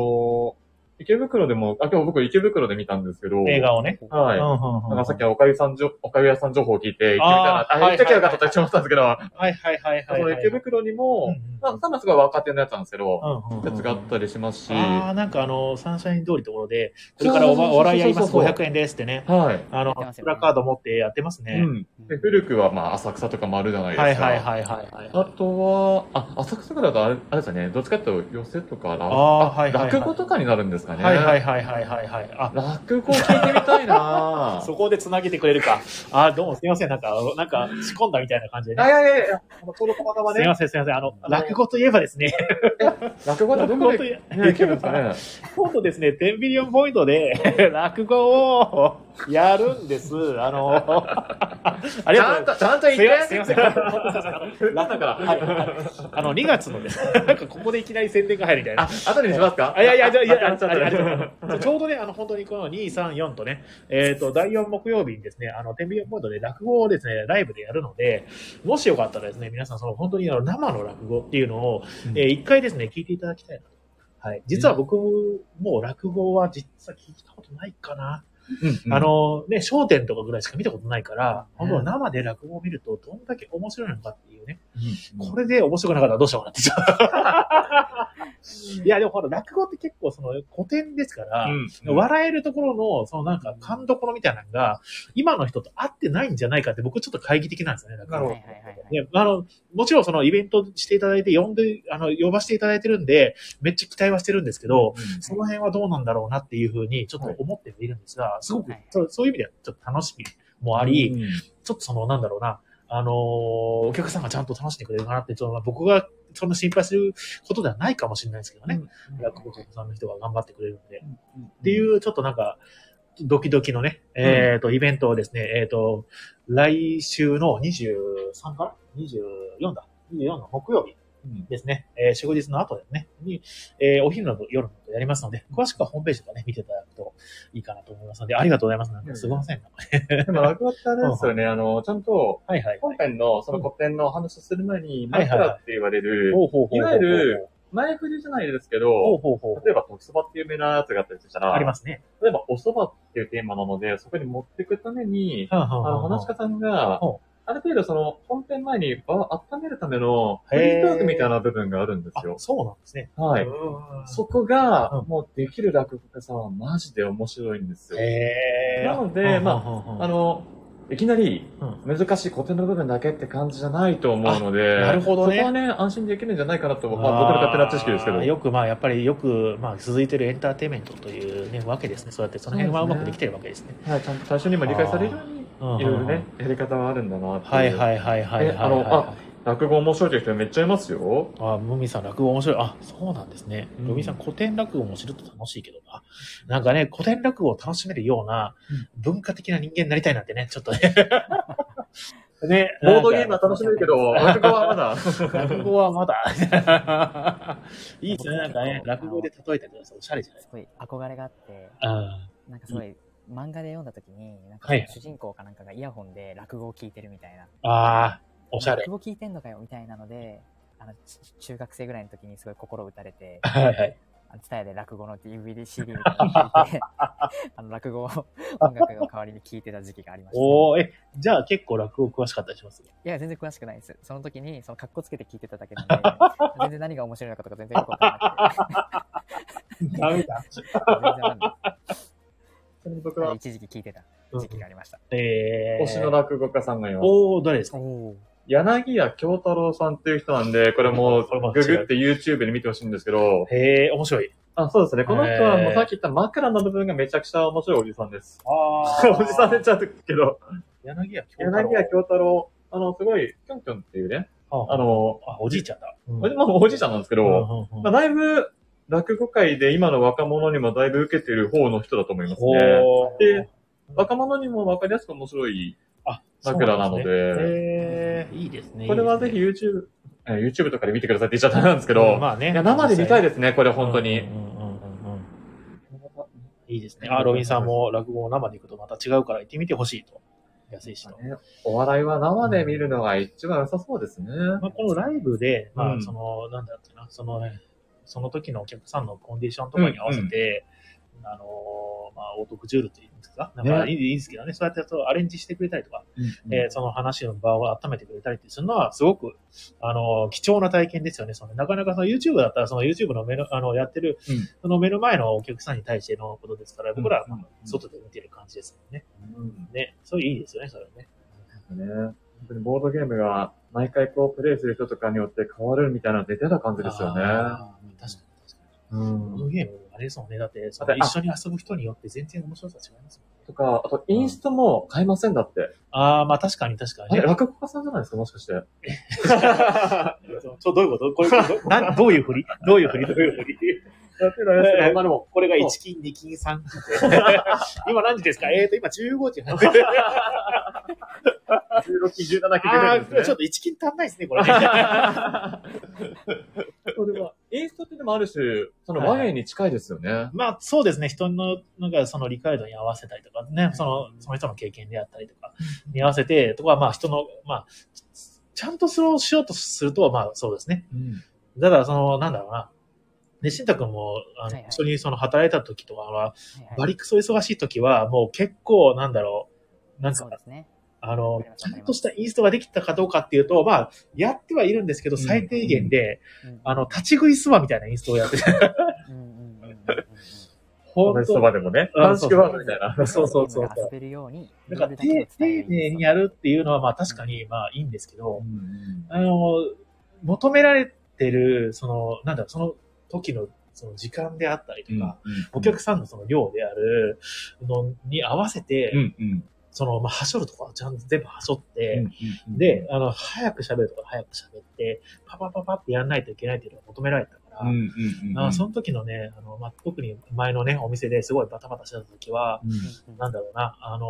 ー池袋でも、あ、今日僕池袋で見たんですけど、
映画をね。
はい。なん
長
かさっきはおかゆさんじょ、おかゆ屋さん情報を聞いて行ってみたいな。
あー
あ、めっちゃよかったって思ったんですけど、
はいはいはいはい。
その池袋にも、まあ、ただすごい若手のやつなんですけど、
うんうん
やつがあったりしますし、
ああ、なんかあの、サンシャイン通りところで、これからおば
そうそうそうそう
お笑いやります、500円ですってね。
はい。
あの、
やってますよね
プラカード持ってやってますね
う。ん。で、古くはまあ、浅草とかもあるじゃないですか。
はいはいはいはいはい。
あとは、あ、浅草とかだとあれ、あれですよね、どっちかっていうと寄せとから、
あーはいはいはい
落語とかになるんですかね。
はいはいはいはいはいはい。あ、
落語聞いてみたいなぁ
そこで繋げてくれるか。あーどうもすいません。なんか、なんか仕込んだみたいな感じで
あい
ね。
やいやいや、あのちょうどたまたます
い
ね
ま、せんすいません。あの、落語といえばですね、
落語ってどこ
落語
で、ね、
と
行けるんですかね。
今度ですね、10ビリオンポイントで 落語をやるんです。あの、 あり
ち
がとうござ
ゃ
い
ん
ます。
と、ちゃんと行っ
すいません、
て
すいません。
だから、
はいはいあの、2月のですね、なんかここでいきなり宣伝が入るみたいな
あ。、後でにしますか
あいやいや、じゃあいや、あ
あちょっと
ありありがとうございますちょうどね、あの、本当にこの2、3、4とね、えっ、と、第4木曜日にですね、あの、天秤4ポイントで落語をですね、ライブでやるので、もしよかったらですね、皆さん、その、本当にあの生の落語っていうのを、
うん
えー一回ですね、聞いていただきたいなと。はい。実は僕、もう落語は実は聞いたことないかな。あ、の、ね、焦点とかぐらいしか見たことないから、
うん
本当は生で落語を見ると、どんだけ面白いのかっていうね、こ
れ、
れで面白くなかったらどうしようかなって言っちゃ う。いや、でもほら、落語って結構その古典ですから、笑えるところの、そのなんか勘どころみたいなのが、今の人と合ってないんじゃないかって僕ちょっと懐疑的なんですよね、落語
なるほど
はいはいはいはい
ね、あの、もちろんそのイベントしていただいて、呼んで、あの、呼ばせていただいてるんで、めっちゃ期待はしてるんですけど、その辺はどうなんだろうなっていうふうに、ちょっと思っているんですが、すごく
はい、
そうそういう意味ではちょっと楽しみもあり、ちょっとその、なんだろうな、あのーお客さんがちゃんと楽しんでくれるかなって、ちょっとまあ僕がそんな心配することではないかもしれないですけどね。落語家さんの人が頑張ってくれるんで。って
う
いう、ちょっとなんか、ドキドキのね、えっ、と、イベントをですね、えっ、と、来週の23から ?24 だ。24の木曜日
ん、
ですね、えー祝日の後でね、に、えーお昼のと夜のとやりますので、詳しくはホームページとかね、見ていただくといいかなと思いますので、ありがとうございます。なんかすごいません。
でも落語ってあれですよね、あの、ちゃんと、
はいはい。
本編のその古典のお話をする前に、
はいはいはい
枕って言われる、
ほうほうほうほう
いわゆる、前振りじゃないですけ
ほう
ど、
ほうほう。
例えば、時そばっていう有名なやつがあったりしたら、
ありますね。
例えば、お蕎麦っていうテーマなので、そこに持っていくために、
あ
あの、話し家さんが
ほ、
ある程度その、本編前に場を温めるための、フリートークみたいな部分があるんですよ。
そうなんですね。
はい。
そ
そこが
う、ん
もうできる落語家さんはマジで面白いんです
う。
よ。
へ
なのでまあ
あ、
の、いきなり
うん
難しい古典の部分だけって感じじゃないと思うので、
あなるほどね
そこはね、安心できるんじゃないかなと、まあ、僕の勝手な知識ですけど。
あーよくまあ、やっぱりよく、まあ、続いてるエンターテインメントというね、わけですね。そうやって、その辺はう
そうで
ま
す
く
ね
できてるわけですね。
はい、ちゃんと最初にも理解されるように、
いろ
いろいろね、やり方はあるんだなっていう。
はいはいはいはいはいはい。
えあのあ落語面白いって人めっちゃいますよ。
あ、ムミさん落語面白い。あ、そうなんですね。
うん
ムミさん古典落語も知ると楽しいけどな。なんかね、古典落語を楽しめるような文化的な人間になりたいなんてね、ちょっと ね。ね、
ボードゲームは楽しめるけど、 落語はまだ。
落語はま だ。いいですね、なんかね、落語で例えてください。おしゃれじゃない
すごい憧れがあって、
あ
なんかすごい漫画で読んだ時に、なんか
はい
主人公かなんかがイヤホンで落語を聞いてるみたいな。
あー、おしゃれ
落。語聞いてんのかよみたいなので、あの、ち中学生ぐらいの時にすごい心打たれて、
はいはい。
伝えで落語の DVD、CD みたいなのを聞いて、あの、落語を音楽の代わりに聞いてた時期がありまし た。
おおえ、じゃあ結構落語詳しかったりします
いや、全然詳しくないです。その時に、その格好つけて聞いてただけなんで、 全然何が面白いのかとか全然よくわか
ダメだ。
んない。全然わかんない
僕
ただ
は、
一時期聞いてた
うん
時期がありました。
えー。
推しの落語家さんがいます。
おお誰ですか
お
柳家京太郎さんっていう人なんで、これもう
これも違
グ
う
グって YouTube で見てほしいんですけど、
へえ、面白い。
あ、そうですね。この人は
へー
もうさっき言った枕の部分がめちゃくちゃ面白いおじさんです。
あ
おじさん出ちゃうけど、
柳家京太郎。
柳家京太郎、あの、すごい、キョンキョンっていうね、あ
あの、
の、
あ、おじいちゃんだ。うん
おじまあおじいちゃんなんですけ
うん
ど、
うんう
まあ、
ん
だいぶ、落語界で今の若者にもだいぶ受けてる方の人だと思います
ほ
ね。
ー
で、若者にもわかりやすく面白い
あ、
枕なので
そうなんすねへえ、いいですね。
これはぜひ
いい
YouTube、えー YouTube とかで見てくださいって言っちゃったなんですけ
け
ど、
まあね。
いや、生で見たい
で
ですね、これ本当に。
いいですね。あ、ロビンさんも落語を生で行くとまた違うから行ってみてほしいと。安いしと。
ねお笑いは生で見るのが一番良さそうですね。
まあ、このライブで、ま
う
あ、
ん
その、なんだっけな、その、ね、その時のお客さんのコンディションとかに合わせて、あのー、まあ、オートクジュールっていうんですかなんかい
ね
いいいんですけどね、そうやってやっとアレンジしてくれたりとか、えーその話の場を温めてくれたりってするのは、すごく、あのー、貴重な体験ですよね。そのなかなかその YouTube だったら、その YouTube の目の、あの、やってる、
うん
その目の前のお客さんに対してのことですから、僕らはまあ
うん
外で見てる感じですもんね。
うん
ね、そういいですよね、それはね。
ね本当にボードゲームが毎回こうプレイする人とかによって変わるみたいなの出てた感じですよね。
あー確かに確かに。
うん
このゲーム、あれですもんね。だって、その
だってあ
一緒に遊ぶ人によって全然面白さ違いますもん。
とか、あとインストも買えませんだって。
ああ、まあ確かに確か
あ
に
れ、
ね。
落語家さんじゃないですかもしかして。
そうどういうことこういうこと なんどういうふりどういうふ りどういうふり
やってない
ええ
まあでも、
これが
そう
1金、2金、3金。 今何時ですかえーと、今15時半。
16期、17期出
あ
てるん
あ、
です
ちょ
ね
っ。と1金足んないですね、これね。
それは、インストってでもある種、その
はいはい
和円に近いですよね。
まあそうですね、人の、なんかその理解度に合わせたりとかね、その、その人の経験であったりとか、に合わせて、とか、まあ人の、まあ、ちゃんとそれをしようとすると、まあそうですね。
うん
ただ、その、なんだろうな。で、慎太君も、あ
はい
の、
はい
一緒にその働いた時とかは、
はい
バ
はい
リクソ忙しい時は、もう結構、なんだろう、なん
そう
か
で、すね。
あ
わ
の
かり、ます
ちゃんとしたインストができたかどうかっていうと、まあ、やってはいるんですけど、
うん
最低限で、
うん
あの、立ち食いそばみたいなインストをやってて、
うんうんうんうんうんうん
同
本
じそばでもね。短縮和
うん
円みたいな。
当 そうそうそう
ゲーム。が遊べるように、
なんか、丁丁寧にやるっていうのは、まあ、確かに、まあ、いいんですけど、あの、求められてる、その、なんだろう、その時の、その時間であったりとか、お客さんのその量であるのに合わせて、
うんうん
その、まあ、はしょるとこはちゃんと全部はしょって、
うん
で、、あの、早く喋るとか早く喋って、パパパパってやんないといけないっていうのが求められたから、
うんうんうん
あその時のね、あの、まあ、特に前のね、お店ですごいバタバタしてた時は、
うん
なんだろうな、あの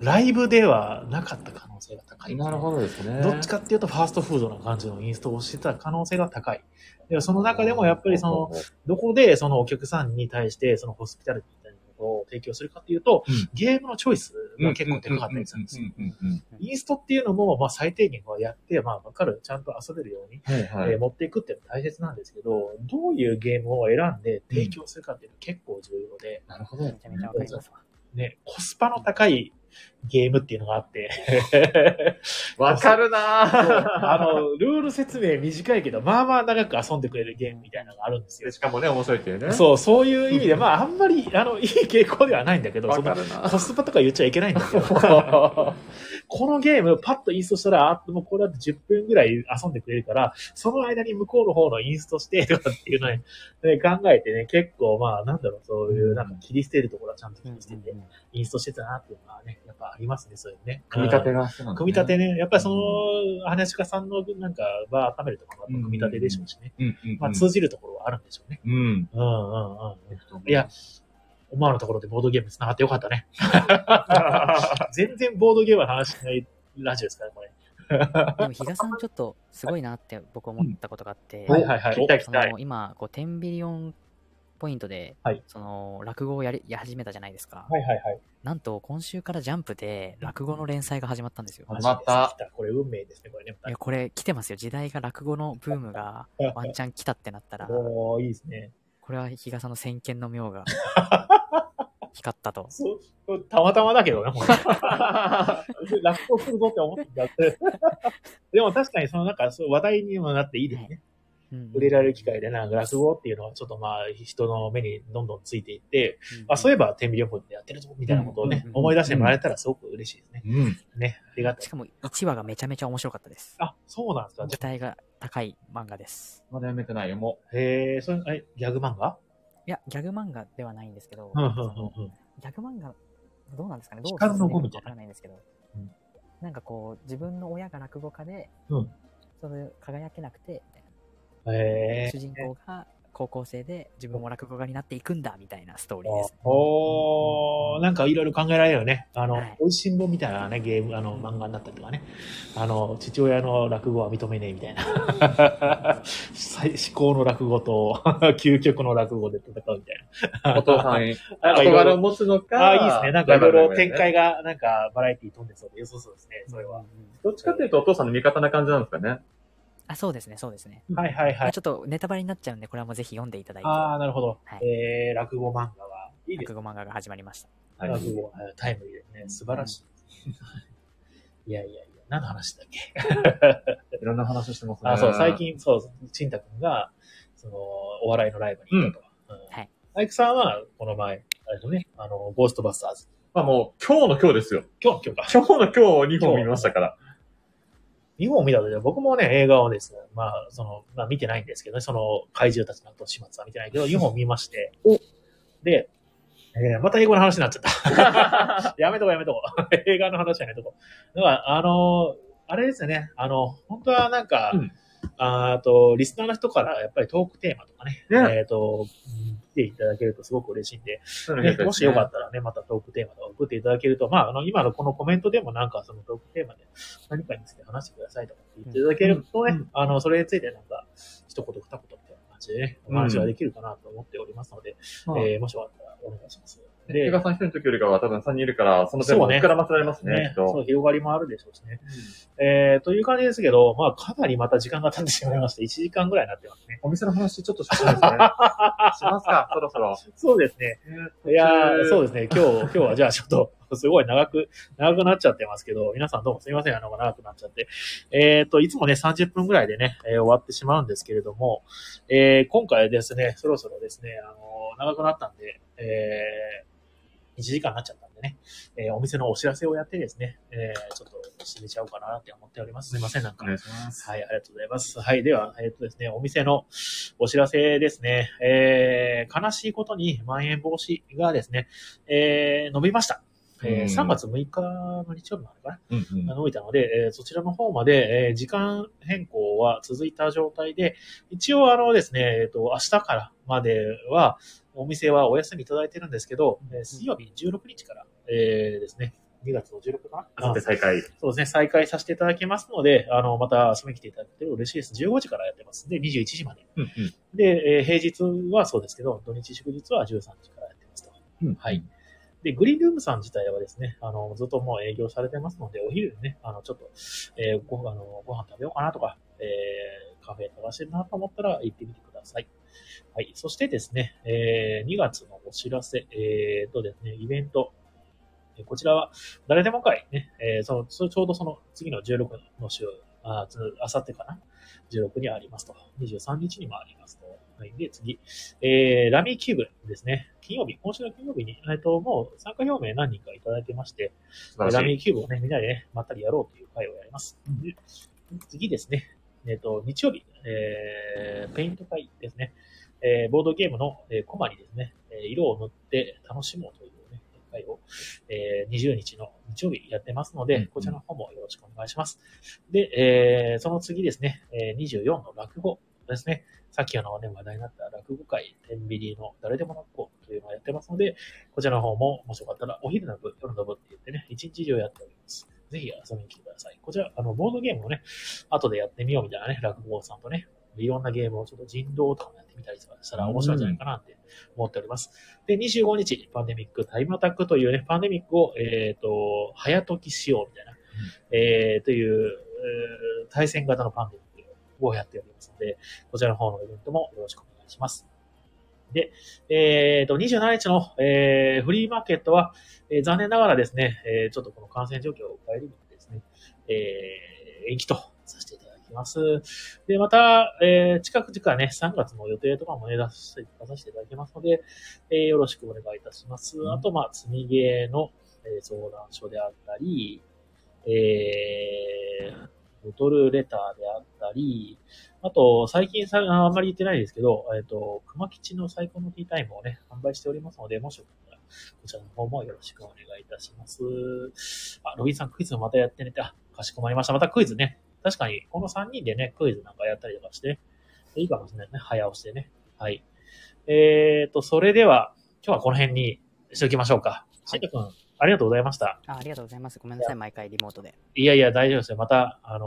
ーライブではなかった可能性が高い、
なるほどですね。
どっちかっていうと、ファーストフードな感じのインストをしてた可能性が高い。でその中でもやっぱりその、どこでそのお客さんに対してそのホスピタリティみたいなことを提供するかっていうと、
うん
ゲームのチョイスが結構でかかったりするんですよ。インストっていうのも、まあ最低限はやって、まあわかる、ちゃんと遊べるように、
はいは
えー
い。
持っていくっていうのは大切なんですけど、どういうゲームを選んで提供するかっていうのは結構重要で、
なるほど。
めちゃめちゃわかりますわ。
ね、コスパの高いゲームっていうのがあって、
わかる
そう
なぁ
あの、ルール説明短いけど、まあまあ長く遊んでくれるゲームみたいなのがあるんですよ
で。しかもね、面白いっていうね。
そう、そういう意味で、まあ、あんまり、あの、いい傾向ではないんだけど、
わ
その
かるな
コスパとか言っちゃいけないんだけど。このゲームパッとインストしたら、あもうこれだと10分ぐらい遊んでくれるから、その間に向こうの方のインストして、とかっていうのに、ね、考えてね、結構まあ、なんだろう、そういう、なんか切り捨てるところはちゃんと切り捨てて、インストしてたなっていうのはね、やっぱありますね、そういうね。
組み立てが必要なんだね
組み立てね、やっぱりその、話し家さんのなんか場温めるとかもやっぱ組み立てでしょうしね。
うんうんうん。
まあ通じるところはあるんでしょうね。
うん。
うんうんうん。いや、思わぬところでボードゲーム繋がってよかったね。 全然ボードゲームの話しないラジオですからね、これ。
でも、比嘉さん、ちょっとすごいなって僕思ったことがあって、
はいはいはい。
聞きたい聞
そ
きたい
の。今、こう10ビリオンポイントで、
はい
その落語をやりやり始めたじゃないですか。
はいはいはい。
なんと、今週からジャンプで落語の連載が始まったんですよ。
始まった。
これ運命ですね、これね。
いや、これ来てますよ。時代が落語のブームがワンチャン来たってなったら、こ
おー、いいですね。
れは比嘉さんの先見 の妙が光ったと。
そう、たまたまだけどね、もう落語するぞって思ってたって。 でも確かにそのなんかそう話題にもなっていいですね。
うん
触れられる機会でなんか落語っていうのはちょっとまあ人の目にどんどんついていって、あそういえば天秤旅行でやってるぞみたいなことをね
うん、うん
思い出してもらえたらすごく嬉しいですね。
うん。
ね、ありがた
し
い。
かも1話がめちゃめちゃ面白かったです。
あ、そうなんですか。じ
期
ゃ
待が高い漫画です。
まだやめてないよ、も、
あへえ、それ、え、ギャグ漫画
いや、ギャグ漫画ではないんですけど、
うんうん
その
うんうん。
ギャグ漫画、どうなんですかねどう
光の碁み
み
たい
た
な
わからないんですけど、
うん
なんかこう、自分の親が落語家で、
うん
その輝けなくて、みたいな
へえ
主。人公が高校生で自分も落語家になっていくんだ、みたいなストーリーです。
おー、なんかいろいろ考えられるよね。あの、
はい
美味しんぼみたいなね、ゲーム、あの、漫画になったりとかね。あの、父親の落語は認めねえみたい な。最至高の落語と、 究極の落語で戦うみたいうな。
お父さんに
なんかいろいろ
憧れを持つのか。
ああ、いいですね。なんかいろいろ展。開が、なんかバラエティ飛んでそうで良さそうですね、それは。
どっちかっていうとお父さんの味方な感じなんですかね。
あ、そうですね、そうですね。
はいはいはい。
ちょっとネタバレになっちゃうんで、これはもうぜひ読んでいただいて、
ああ、なるほど。
はい
えー、落語漫画は、いいです
落語漫画が始まりました。
はい。
落語、あタイムリーですね。素晴らしい。い やいやいや、何の話だっけ
いろんな話してますね。
あ、そう、最。近、そう、ちんたくんが、その、お笑いのライブに行ったと。うん
はい。
アイクさんは、この前、あれとね、あの、ゴーストバスターズ。
まあもう、今日の今日ですよ。
今日、今日か。
今日の今日2本見ましたから。
日本を見たときは、僕もね、映画をですね、まあ、その、まあ見てないんですけどね、その怪獣たちの後始末は見てないけど、日本を見まして、で、えーまた英語の話になっちゃった。やめとこうやめとこう。 映画の話はやめとこう。だから、あのーあれですよね、あの、本当はなんか、
うん
あーと、リスナーの人から、やっぱりトークテーマとかね、
ね
えっ、と、うん来ていただけるとすごく嬉しいんで、
そういうの見
ね
たいですね
もしよかったらね、またトークテーマとか送っていただけると、まあ、あの、今のこのコメントでもなんかそのトークテーマで何かについて話してくださいとかって言っていただけるとね、
うんうん
あの、それについてなんか、一言二言みたいな感じでね、お話ができるかなと思っておりますので、
まあ
えーもしよかったらお願いします。
比嘉さん一人の時よりかは多分3人いるから、その点
そう
も
ね
膨らませられますね、き
ね
っ、
そう、
と。
広がりもあるでしょうしね。えー、という感じですけど、まあ、かなりまた時間が経ってしまいまして、1時間ぐらいになってますね。
お店の話ちょっ としますね。しますか、そろそろ。
そうですね。いやーそう
う
ですね。今日、今日はじゃあちょっと、すごい長く、長くなっちゃってますけど、皆さんどうもすいません。あの、長くなっちゃって。えっ、と、いつもね、30分ぐらいでね、えー終わってしまうんですけれども、えー今回ですね、そろそろですね、あの長くなったんで、えー1時間になっちゃったんでね、えーお店のお知らせをやってですね、えーちょっと締めちゃおうかなって思っております。すいません、なんか
お。願いします。
はい、ありがとうございます。はい、では、えっ、とですね、お店のお知らせですね。えー、悲しいことに、まん延防止がですね、えー、伸びました。えー、
う
3
ん
月6日の日曜日なのか
うんうん
な、伸びたので、えーそちらの方まで、えー時間変更は続いた状態で、一応あのですね、えっ、と、明日からまでは、お店はお休みいただいてるんですけど、えー水曜日16日から、えー、ですね、2月の16日か
あ
な
さて再開。
そうですね、再開させていただきますので、あの、また遊びに来ていただけると嬉しいです。15時からやってます。で、21時まで。
うんうん
で、えー平日はそうですけど、土日祝日は13時からやってますと。
うん
はい。で、グリーンルームさん自体はですね、あの、ずっともう営業されてますので、お昼にね、あの、ちょっと、えーごあのご飯食べようかなとか、えーカフェ探してるなと思ったら行ってみてください。はい。そしてですね、えー2月のお知らせ、えーとですね、イベント、えーこちらは、誰でも会ね、えーその、そちょうどその次の16の週、あ、つあさってかな、16にありますと。23日にもありますと。はい。で、次。えー、ラミーキューブですね。金曜日、今週の金曜日に、えっと、もう参加表明何人かいただいてまして、
素晴
ラ
らし
ミ
い。
ーキューブをね、みんなでね、まったりやろうという会をやります。で次ですね。えっ、と、日曜日、えー、ペイント会ですね。えー、ボードゲームの、えーコマにですね、えー色を塗って楽しもうというね、会を、えー、20日の日曜日やってますので、
うん
こちらの方もよろしくお願いします。で、えー、その次ですね、えー、24の落語ですね。さっきあの、ね、話題になった落語会、天秤の誰でもなっこうというのをやってますので、こちらの方も、もしよかったら、お昼の部、夜の部って言ってね、一日中やっております。ぜひ遊びに来てください。こちら、あの、ボードゲームをね、後でやってみようみたいなね、落語さんとね、いろんなゲームをちょっと人道とかもやってみたりとかしたら面白いんじゃないかなって思っております。で、25日、パンデミックタイムアタックというね、パンデミックを、えっ、と、早解きしようみたいな、えー、という、えー対戦型のパンデミックをやっておりますので、こちらの方のイベントもよろしくお願いします。で、えっ、と、27日の、えーフリーマーケットは、えー残念ながらですね、えーちょっとこの感染状況を顧みてですね、えー延期とさせていただきます。で、また、えー近く々ね、3月の予定とかもね、出させて出させていただきますので、えーよろしくお願いいたします。
うん
あと、まあ、積みゲーの、えー相談所であったり、えーボトルレターであったり、あと、最近さ、ああんまり言ってないですけど、えっ、と、熊吉の最高のティータイムをね、販売しておりますので、もしよかったら、こちらの方もよろしくお願いいたします。あ、ロビンさんクイズまたやってねって、あ、かしこまりました。またクイズね。確かに、この3人でね、クイズなんかやったりとかして、いいかもしれないね。早押しでね。はい。えっ、と、それでは、今日はこの辺にしておきましょうか。シント君、ありがとうございました。
あありがとうございます。ごめんなさい、毎回リモートで。
いやいや、大丈夫ですよ。また、あのー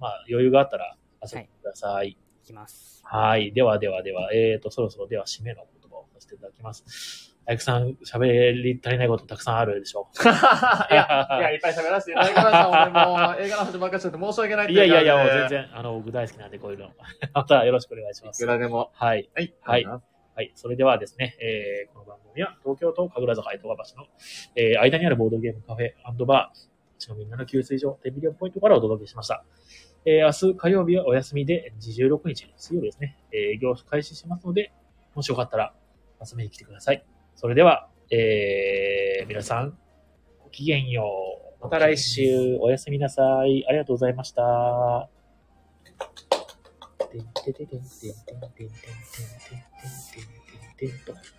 まあ、余裕があったら遊びにください
いきます。
はい。ではではでは、えーと、そろそろでは締めの言葉をさせていただきます。あやくさん、喋り足りないことたくさんあるでしょ
いや、いや、いっぱい喋らせていただきました。俺もう映画の始まりからちょっと申し訳ないって
いういやいやいや、も
感
う
じ
全。
で
然、あの、僕大好きなんで、こういうの。 またよろしくお願いしま
いく
す。
らでも。
はい。
はい。
はいはい。それではですね、えーこの番組は東京都神楽坂江戸川橋の、えー間にあるボードゲームカフェバー、うちのみんなの給水所、テビリオンポイントからお届けしました。えー明日火曜日はお休みで、16日、水曜日ですね、えー営業開始しますので、もしよかったら遊びに来てください。それでは、えー皆さん、ごきげんよう。また来週、おやすみなさい。ありがとうございました。てんてててんてんてんてんてんてんてんてんてんてんてんと。